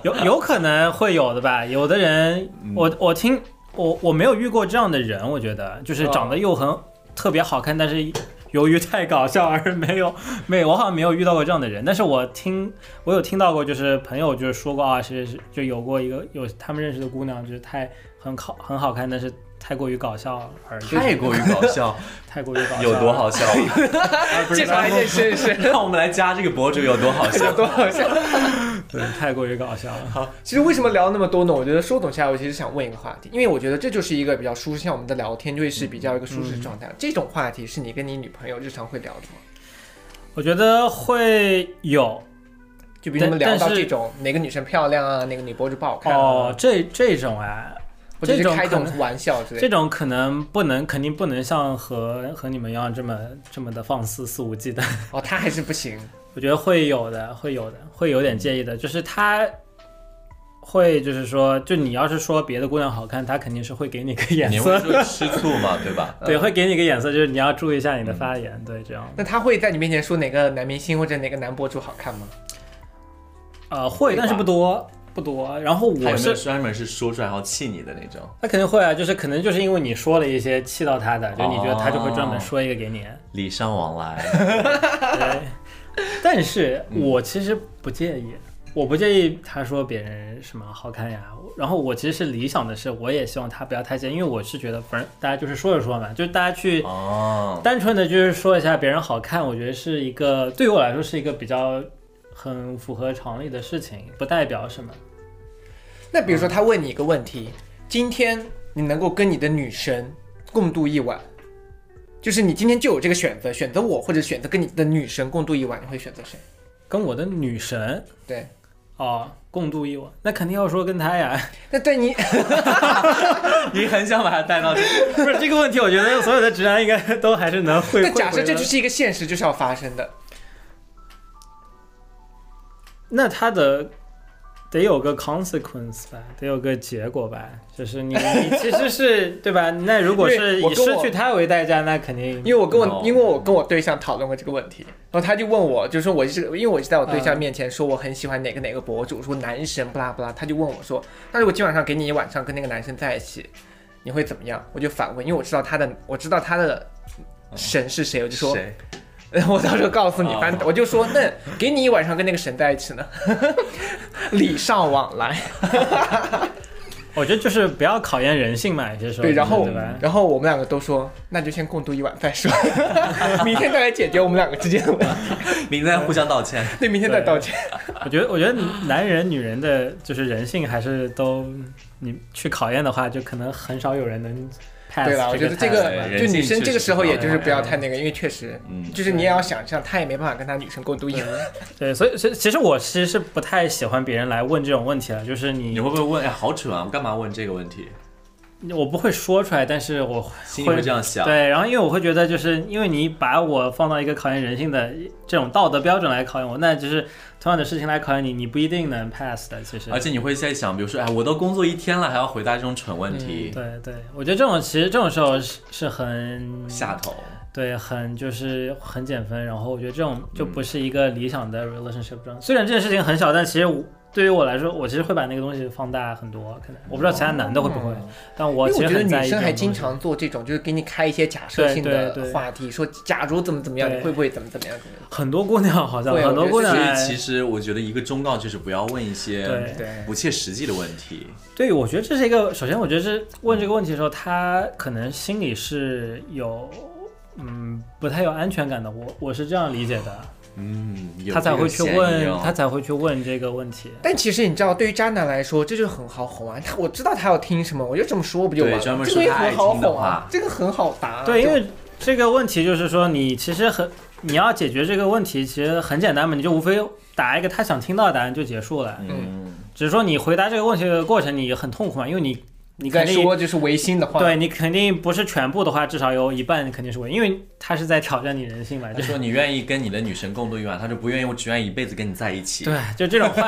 [SPEAKER 3] 有有可能会有的吧，有的人，
[SPEAKER 1] 嗯
[SPEAKER 3] 我我听我我没有遇过这样的人，我觉得
[SPEAKER 1] 哦
[SPEAKER 3] 就是长得又很、特别好看，但是由于太搞笑而没有没有我好像没有遇到过这样的人，但是我听我有听到过，就是朋友就是说过啊，是是就有过一个有他们认识的姑娘，就是太很好很好看，但是太过于搞笑而
[SPEAKER 1] 太过于搞笑，
[SPEAKER 3] 太过于搞笑
[SPEAKER 1] 有多好笑啊？
[SPEAKER 2] 哎介绍一件事是
[SPEAKER 1] 让我们来加这个博主有多好笑
[SPEAKER 2] 有？多好笑。
[SPEAKER 3] 对，太过于搞笑了。
[SPEAKER 2] 其实为什么聊那么多呢？我觉得收总下来，我其实想问一个话题，因为我觉得这就是一个比较舒适，像我们的聊天就会是比较一个舒适的状态。这种话题是你跟你女朋友日常会聊的吗？
[SPEAKER 3] 我觉得会有，
[SPEAKER 2] 就比如你们聊
[SPEAKER 3] 但
[SPEAKER 2] 到
[SPEAKER 3] 但是
[SPEAKER 2] 这种哪个女生漂亮啊，哪个女博主不好看啊，
[SPEAKER 3] 哦，这这种啊，
[SPEAKER 2] 或者
[SPEAKER 3] 这
[SPEAKER 2] 是
[SPEAKER 3] 种
[SPEAKER 2] 开这
[SPEAKER 3] 可能
[SPEAKER 2] 种玩笑之类
[SPEAKER 3] 这
[SPEAKER 2] 的。
[SPEAKER 3] 种可能不能，肯定不能像和和你们一样这么这么的 放肆肆无忌惮。
[SPEAKER 2] 哦，她还是不行。
[SPEAKER 3] 我觉得会有的，会有的，会有点介意的。就是他会，就是说，就你要是说别的姑娘好看，他肯定是会给你个眼
[SPEAKER 1] 你会
[SPEAKER 3] 色，
[SPEAKER 1] 说嗯吃醋 嘛，对吧？
[SPEAKER 3] 对，会给你个眼色，就是你要注意一下你的发
[SPEAKER 1] 嗯
[SPEAKER 3] 言，对，这样。
[SPEAKER 2] 那她会在你面前说哪个男明星或者哪个男博主好看吗？
[SPEAKER 3] 呃，会，
[SPEAKER 2] 会吧
[SPEAKER 3] 但是不多，不多。然后
[SPEAKER 1] 还
[SPEAKER 3] 我
[SPEAKER 1] 有没有
[SPEAKER 3] 是。
[SPEAKER 1] 专门是说出来然后气你的那种？
[SPEAKER 3] 他肯定会啊，就是可能就是因为你说了一些气到他的，就你觉得他就
[SPEAKER 1] 哦
[SPEAKER 3] 会专门说一个给你。
[SPEAKER 1] 礼尚往 来，
[SPEAKER 3] 对，但是我其实不介意，我不介意他说别人什么好看呀。然后我其实是理想的是，我也希望他不要太介意，因为我是觉得，反正大家就是说着说嘛，就是大家去
[SPEAKER 1] 哦，
[SPEAKER 3] 单纯的就是说一下别人好看，我觉得是一个对于我来说是一个比较很符合常理的事情，不代表什么。
[SPEAKER 2] 那比如说她问你一个问题，今天你能够跟你的女神共度一晚，就是你今天就有这个选择，选择我或者选择跟你的女神共度一晚，你会选择谁？
[SPEAKER 3] 跟我的女神
[SPEAKER 2] 对。
[SPEAKER 3] 哦共度一晚，那肯定要说跟她呀。
[SPEAKER 2] 那对你，
[SPEAKER 1] 你很想把他带到这，
[SPEAKER 3] 不是这个问题，我觉得所有的直男应该都还是能会。
[SPEAKER 2] 那假设
[SPEAKER 3] 会
[SPEAKER 2] 这
[SPEAKER 3] 回答
[SPEAKER 2] 就是一个现实，就是要发生的。
[SPEAKER 3] 那他的得有个 consequence 吧，得有个结果吧，就是你你其实是对 吧？那如果
[SPEAKER 2] 因为
[SPEAKER 3] 是
[SPEAKER 2] 我
[SPEAKER 3] 以
[SPEAKER 2] 跟
[SPEAKER 3] 失
[SPEAKER 2] 我
[SPEAKER 3] 去他为代价，那肯定
[SPEAKER 2] 因为我跟我
[SPEAKER 1] No
[SPEAKER 2] 因为我跟我对象讨论过这个问题，然后他就问我，就是说我是因为我是在我对象面前说我很喜欢哪个哪个博主，说男神不拉不拉，他就问我说，那如果今晚上给你一晚上跟那个男生在一起，你会怎么样？我就反问，因为我知道他的我知道他的
[SPEAKER 3] 嗯
[SPEAKER 2] 神是谁，我就说，
[SPEAKER 1] 谁？
[SPEAKER 2] 我到时候告诉你
[SPEAKER 1] 哦，
[SPEAKER 2] 反正我就说，那给你一晚上跟那个神在一起呢， 礼尚往来。
[SPEAKER 3] 我觉得就是不要考验人性嘛，有些时候
[SPEAKER 2] 对，然后
[SPEAKER 3] 对吧？
[SPEAKER 2] 然后我们两个都说，那就先共度一晚再说， 明天再来解决我们两个之间的问题，
[SPEAKER 1] 明天互相道歉。
[SPEAKER 2] 对，明天再道歉。
[SPEAKER 3] 我觉得我觉得男人女人的就是人性还是都你去考验的话，就可能很少有人能 pass
[SPEAKER 2] 对了，我觉得这
[SPEAKER 3] test
[SPEAKER 2] 个
[SPEAKER 1] 对
[SPEAKER 3] 吧
[SPEAKER 1] 人
[SPEAKER 2] 就
[SPEAKER 1] 性
[SPEAKER 2] 女生
[SPEAKER 1] 确
[SPEAKER 2] 这个
[SPEAKER 1] 实
[SPEAKER 2] 时候
[SPEAKER 1] 是
[SPEAKER 2] 也
[SPEAKER 1] 这
[SPEAKER 2] 就是
[SPEAKER 3] 样
[SPEAKER 2] 不要太那个，因为确实，
[SPEAKER 1] 嗯，
[SPEAKER 2] 就是你也要想象，她也没办法跟她女生共度
[SPEAKER 3] 嗯
[SPEAKER 2] 一晚。
[SPEAKER 3] 对，所以所以其实我其实是不太喜欢别人来问这种问题了，就是
[SPEAKER 1] 你会不会问？哎，好蠢啊！我干嘛问这个问题？
[SPEAKER 3] 我不会说出来，但是我
[SPEAKER 1] 心里会这样想。
[SPEAKER 3] 对，然后因为我会觉得，就是因为你把我放到一个考验人性的这种道德标准来考验我，那就是同样的事情来考验你，你不一定能 pass 的。其实，
[SPEAKER 1] 而且你会在想，比如说，哎，我都工作一天了，还要回答这种蠢问题，
[SPEAKER 3] 对对，我觉得这种其实这种时候是是很
[SPEAKER 1] 下头。
[SPEAKER 3] 对，很就是很减分。然后我觉得这种就不是一个理想的 relationship 状态。虽然这件事情很小，但其实我对于我来说，我其实会把那个东西放大很多。可能我不知道其他男的会不会，但我
[SPEAKER 2] 因
[SPEAKER 3] 其
[SPEAKER 2] 为
[SPEAKER 3] 实
[SPEAKER 2] 我觉得
[SPEAKER 3] 很在
[SPEAKER 2] 女
[SPEAKER 3] 意这
[SPEAKER 2] 生还
[SPEAKER 3] 种
[SPEAKER 2] 经
[SPEAKER 3] 东西。
[SPEAKER 2] 常做这种，就是给你开一些假设性
[SPEAKER 3] 对对
[SPEAKER 2] 的
[SPEAKER 3] 对
[SPEAKER 2] 话题，说假如怎么怎么样，
[SPEAKER 3] 对
[SPEAKER 2] 你会不会怎么怎么样？怎么样
[SPEAKER 3] 很多姑娘好像
[SPEAKER 2] 会
[SPEAKER 3] 很多
[SPEAKER 2] 我觉得
[SPEAKER 3] 姑
[SPEAKER 2] 对
[SPEAKER 3] 娘
[SPEAKER 1] 所
[SPEAKER 3] 还，
[SPEAKER 1] 以其实我觉得一个忠告就是不要问一些
[SPEAKER 3] 对
[SPEAKER 2] 对
[SPEAKER 1] 不切实际的问题。
[SPEAKER 3] 对，我觉得这是一个，首先我觉得是问这个问题的时候，他可能心里是有。嗯，不太有安全感的，我我是这样理解的，
[SPEAKER 1] 嗯，有
[SPEAKER 3] 他才
[SPEAKER 1] 这个
[SPEAKER 3] 会去
[SPEAKER 1] 嫌疑
[SPEAKER 3] 问，
[SPEAKER 1] 哦
[SPEAKER 3] 他才会去问这个问题。
[SPEAKER 2] 但其实你知道，对于渣男来说，这就很好哄啊。他我知道他要听什么，我就这么说不就完了？
[SPEAKER 1] 对专门
[SPEAKER 2] 这个
[SPEAKER 1] 说
[SPEAKER 2] 也
[SPEAKER 1] 他爱
[SPEAKER 2] 很好
[SPEAKER 1] 听的
[SPEAKER 2] 哄啊
[SPEAKER 1] 话，
[SPEAKER 2] 这个很好
[SPEAKER 1] 啊
[SPEAKER 2] 答。啊
[SPEAKER 3] 对，因
[SPEAKER 2] 就
[SPEAKER 3] 为这个问题就是说，你其实很你要解决这个问题，其实很简单嘛，你就无非答一个他想听到的答案就结束了。
[SPEAKER 1] 嗯，
[SPEAKER 3] 只是说你回答这个问题的过程，你很痛苦嘛，因为你你
[SPEAKER 2] 你
[SPEAKER 3] 肯
[SPEAKER 2] 敢
[SPEAKER 3] 定
[SPEAKER 2] 说就是违心的话，
[SPEAKER 3] 对你肯定不是全部的话，至少有一半肯定是我，因为他是在挑战你人性嘛，
[SPEAKER 1] 他
[SPEAKER 3] 就
[SPEAKER 1] 说你愿意跟你的女神共度一晚，他说不愿意，我只愿意一辈子跟你在一起。
[SPEAKER 3] 对，就这种话，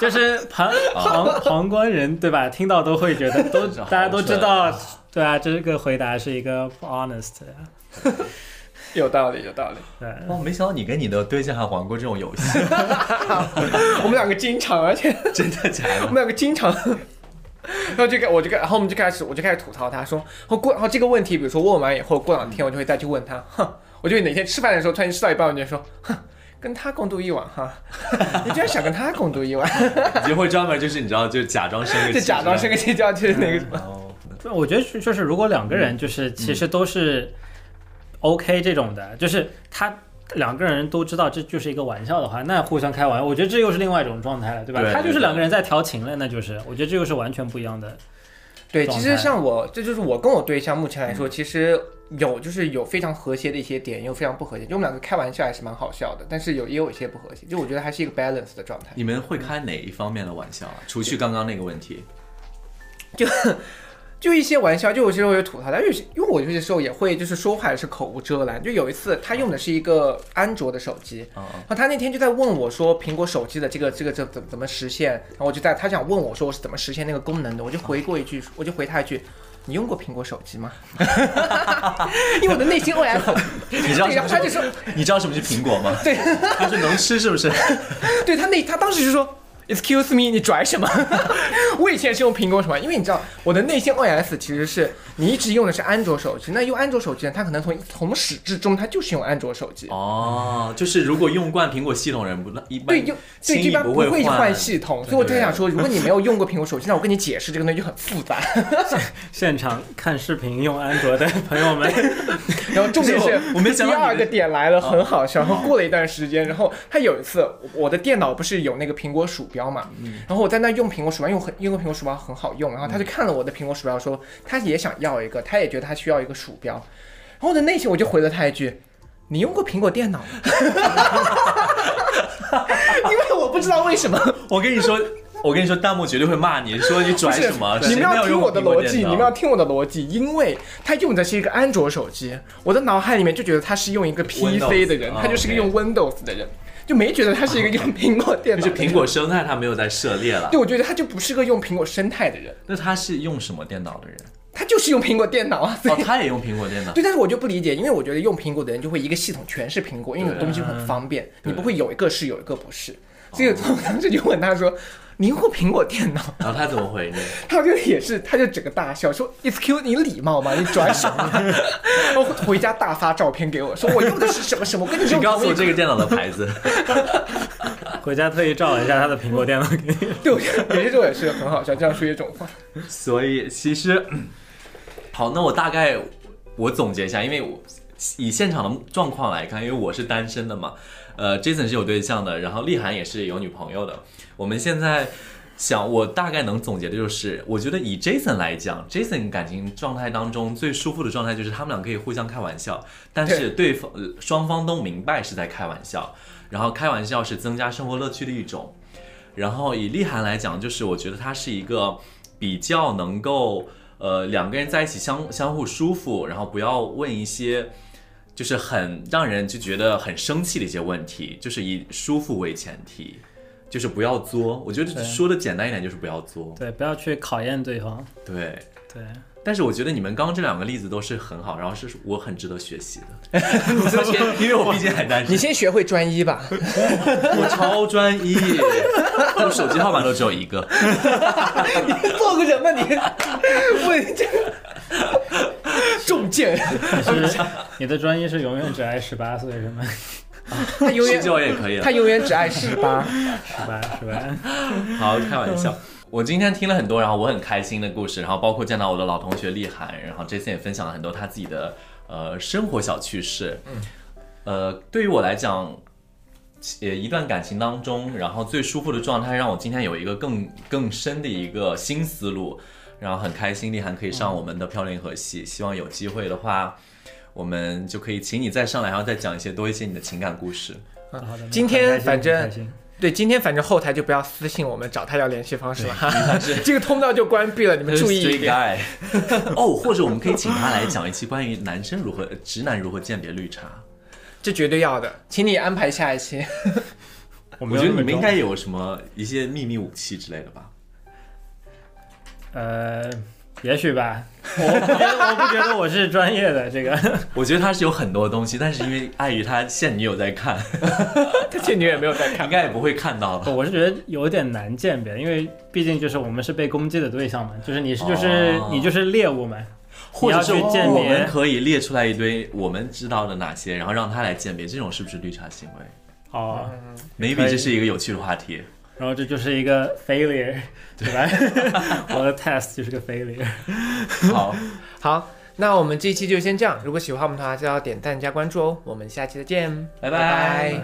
[SPEAKER 3] 就是 旁旁旁观人对吧？听到都会觉得都
[SPEAKER 1] 真是好
[SPEAKER 3] 大家都知
[SPEAKER 1] 蠢
[SPEAKER 3] 道
[SPEAKER 1] 啊，
[SPEAKER 3] 对啊，这个回答是一个不 honest 的，
[SPEAKER 2] 有道理，有道理。
[SPEAKER 3] 对。
[SPEAKER 1] 哇，哦没想到你跟你的对象还玩过这种游戏，
[SPEAKER 2] 我们两个经常，而且
[SPEAKER 1] 真的假
[SPEAKER 2] 我
[SPEAKER 1] 的？
[SPEAKER 2] 们两个经常，然后就开我就开，然后我们就开始我就开始吐槽他说，后过然哦后这个问题，比如说问完以后，过两天我就会再去问他，哼，我就哪天吃饭的时候突然吃到一半，我就说，哼，跟他共度一晚哈，你居然想跟他共度 一晚，
[SPEAKER 1] 你就会专门就是你知道，就假装生个气，
[SPEAKER 2] 就假装生个气就要去那个什
[SPEAKER 3] 嗯
[SPEAKER 2] 么，
[SPEAKER 1] 哦。
[SPEAKER 3] 对我觉得是就是如果两个人就是
[SPEAKER 1] 嗯
[SPEAKER 3] 其实都是 OK 这种的，就是他。两个人都知道这就是一个玩笑的话，那互相开玩笑，我觉得这又是另外一种状态了，对吧？
[SPEAKER 1] 对
[SPEAKER 3] 他就是
[SPEAKER 1] 对
[SPEAKER 3] 两个人在调情了，那就是，我觉得这又是完全不一样的。
[SPEAKER 2] 对，
[SPEAKER 3] 状
[SPEAKER 2] 其
[SPEAKER 3] 态
[SPEAKER 2] 实像我，这就是我跟我对象目前来说，其实有就是有非常和谐的一些点，也有非常不和谐，就我们两个开玩笑还是蛮好笑的，但是有也有一些不和谐，就我觉得还是一个 balance 的状态。
[SPEAKER 1] 你们会开哪一方面的玩笑啊？除去刚刚那个问题，
[SPEAKER 2] 就一些玩笑，就有些时候也吐槽他，因为有些因为我有些时候也会就是说话也是口无遮拦。就有一次他用的是一个安卓的手机，
[SPEAKER 1] 嗯嗯
[SPEAKER 2] 然后他那天就在问我说苹果手机的这个这个这怎么怎么实现，然后我就在他想问我说我是怎么实现那个功能的，我就回过一句，我就回他一句。你用过苹果手机吗？ 因为我的内心 OS，
[SPEAKER 1] 你知道
[SPEAKER 2] 对，
[SPEAKER 1] 什
[SPEAKER 2] 然
[SPEAKER 1] 么
[SPEAKER 2] 后
[SPEAKER 1] 是？
[SPEAKER 2] 他就说，
[SPEAKER 1] 你知道什么是苹果吗？
[SPEAKER 2] 对，
[SPEAKER 1] 他说能吃是不是？
[SPEAKER 2] 对他那他当时就说，Excuse me，你拽什么？ 我以前是用苹果什么？因为你知道我的内心 OS 其实是你一直用的是安卓手机，那用安卓手机呢，他可能从从始至终他就是用安卓手机，
[SPEAKER 1] 哦，就是如果用惯苹果系统人不一般
[SPEAKER 2] 对，用
[SPEAKER 1] 轻
[SPEAKER 2] 对
[SPEAKER 1] 易
[SPEAKER 2] 这边
[SPEAKER 1] 不
[SPEAKER 2] 不会
[SPEAKER 1] 换，
[SPEAKER 2] 换系统，所以我就想说，如果你没有用过苹果手机，那我跟你解释这个东西就很复杂。
[SPEAKER 3] 现场看视频用安卓的 朋友们，
[SPEAKER 2] 然后重点是
[SPEAKER 1] 我没想到你的哦
[SPEAKER 2] 第二个点来了，很好笑。然后过了一段时间，然后他有一次，我的电脑不是有那个苹果鼠标嘛，
[SPEAKER 1] 嗯
[SPEAKER 2] 然后我在那用苹果鼠标，用很用个苹果鼠标很好用，然后他就看了我的苹果鼠标，说他也想要一个，他也觉得他需要一个鼠标，然后我的内心我就回了他一句。你用过苹果电脑吗？ 因为我不知道为什么，
[SPEAKER 1] 我跟你说，我跟你说，弹幕绝对会骂你，说你
[SPEAKER 2] 不
[SPEAKER 1] 拽
[SPEAKER 2] 是
[SPEAKER 1] 什么？啊
[SPEAKER 2] 你
[SPEAKER 1] 谁
[SPEAKER 2] 们
[SPEAKER 1] 没
[SPEAKER 2] 要
[SPEAKER 1] 有
[SPEAKER 2] 听
[SPEAKER 1] 用
[SPEAKER 2] 我
[SPEAKER 1] 过
[SPEAKER 2] 的
[SPEAKER 1] 苹果
[SPEAKER 2] 逻辑，
[SPEAKER 1] 电
[SPEAKER 2] 你
[SPEAKER 1] 脑
[SPEAKER 2] 们要听我的逻辑，因为他用的是一个安卓手机，我的脑海里面就觉得他是用一个 PC
[SPEAKER 1] Windows，
[SPEAKER 2] 的人，
[SPEAKER 1] 啊
[SPEAKER 2] 他就是个用 Windows 的人，就没觉得他是一个用苹果电
[SPEAKER 1] 就
[SPEAKER 2] 脑。
[SPEAKER 1] 是苹，果生态它没有在涉猎了
[SPEAKER 2] 对，。我觉得他就不是个用苹果生态的人，
[SPEAKER 1] 那他是用什么电脑的人？
[SPEAKER 2] 他就是用苹果电脑啊。所以
[SPEAKER 1] 哦，他也用苹果电脑。
[SPEAKER 2] 对，但是我就不理解，因为我觉得用苹果的人就会一个系统全是苹果，因为有
[SPEAKER 1] 对
[SPEAKER 2] 东西很方便，
[SPEAKER 1] 对哦
[SPEAKER 2] 你不会有一个是有一个不是。所以我当时就问他说：“你用过苹果电脑吗？”
[SPEAKER 1] 然后他怎么回 你？
[SPEAKER 2] 他就也是，他就整个大笑说：“Excuse 你礼貌吗？ 你拽什么？”然后回家大发照片给我，说我用的是什么什么，我跟你
[SPEAKER 1] 你
[SPEAKER 2] 说
[SPEAKER 1] 告诉我这个电脑的牌子。
[SPEAKER 3] 回家特意照了一下他的苹果电脑给你。
[SPEAKER 2] 对，我觉得有些时候也是很好笑，这样说一种话。
[SPEAKER 1] 所以其实， 嗯好，那我大概我总结一下，因为我以现场的状况来看，因为我是单身的嘛，呃，Jason 是有对象的，然后丽涵也是有女朋友的。我们现在想，我大概能总结的就是，我觉得以 Jason 来讲，Jason 感情状态当中最舒服的状态就是他们俩可以互相开玩笑，但是对方呃双方都明白是在开玩笑，然后开玩笑是增加生活乐趣的一种。然后以丽涵来讲，就是我觉得她是一个比较能够呃两个人在一起相相互舒服，然后不要问一些就是很让人就觉得很生气的一些问题，就是以舒服为前提，就是不要作。我觉得
[SPEAKER 3] 对
[SPEAKER 1] 说的简单一点就是不要作。
[SPEAKER 3] 对，不要去考验对方。
[SPEAKER 1] 对，
[SPEAKER 3] 对，
[SPEAKER 1] 但是我觉得你们刚刚这两个例子都是很好，然后是我很值得学习 的。因为我毕竟还单
[SPEAKER 2] 你
[SPEAKER 1] 身，
[SPEAKER 2] 先学会专一吧。
[SPEAKER 1] 我超专一， 我手机号码都只有一个。
[SPEAKER 2] 做个什么你？ 我这个中箭，
[SPEAKER 3] 但是你的专一是永远只爱十八岁是吗？
[SPEAKER 2] 他永
[SPEAKER 1] 睡
[SPEAKER 2] 远
[SPEAKER 1] 觉也可以了
[SPEAKER 2] 他。永远只爱十八。
[SPEAKER 3] 十八，十八，
[SPEAKER 1] 好，开玩笑。我今天听了很多，然后我很开心的故事，然后包括见到我的老同学丽涵，然后这次也分享了很多她自己的呃生活小趣事。嗯，呃，对于我来讲，呃，一段感情当中，然后最舒服的状态，让我今天有一个更更深的一个新思路，然后很开心丽涵可以上我们的漂亮银河系，希望有机会的话，我们就可以请你再上来，然后再讲一些多一些你的情感故事。
[SPEAKER 3] 好的。
[SPEAKER 2] 今天
[SPEAKER 3] 很开心
[SPEAKER 2] 反正
[SPEAKER 3] 很开心
[SPEAKER 2] 对，今天反正后台就不要私信我们找他要联系方式了，哈哈 这个通道就关闭了，你 们注意一
[SPEAKER 1] Straight
[SPEAKER 2] 点。
[SPEAKER 1] guy 哦，或者我们可以请他来讲一期关于男生如何、直男如何鉴别绿茶。
[SPEAKER 2] 这绝对要的，请你安排下一期。
[SPEAKER 3] 我
[SPEAKER 1] 我
[SPEAKER 3] 没有
[SPEAKER 1] 觉得
[SPEAKER 3] 那
[SPEAKER 1] 你
[SPEAKER 3] 么
[SPEAKER 1] 们应
[SPEAKER 3] 重
[SPEAKER 1] 该有什么一些秘密武器之类的吧？
[SPEAKER 3] 呃，也许吧。我我不觉得我不觉得我是专业的这个。
[SPEAKER 1] 我觉得他是有很多东西，但是因为碍于他现女友在看，
[SPEAKER 2] 他前女友也没有在
[SPEAKER 1] 应
[SPEAKER 2] 看，
[SPEAKER 1] 该也不会看到了。
[SPEAKER 3] 我是觉得有点难鉴别，因为毕竟就是我们是被攻击的对象嘛，就是你是就是、
[SPEAKER 1] 哦
[SPEAKER 3] 你就是猎物嘛，
[SPEAKER 1] 或者是哦
[SPEAKER 3] 你要去鉴别
[SPEAKER 1] 我们可以列出来一堆我们知道的哪些，然后让他来鉴别这种是不是绿茶行为。
[SPEAKER 3] 哦，
[SPEAKER 1] maybe
[SPEAKER 3] 可以
[SPEAKER 1] 这是一个有趣的话题。
[SPEAKER 3] 然后这就是一个 failure，对吧？ 我的 test 就是个 failure。
[SPEAKER 1] 好，
[SPEAKER 2] 好，那我们这一期就先这样。如果喜欢我们的话，就要点赞加关注哦。我们下期再见，
[SPEAKER 1] 拜
[SPEAKER 2] 拜
[SPEAKER 1] 拜
[SPEAKER 2] 拜
[SPEAKER 3] 对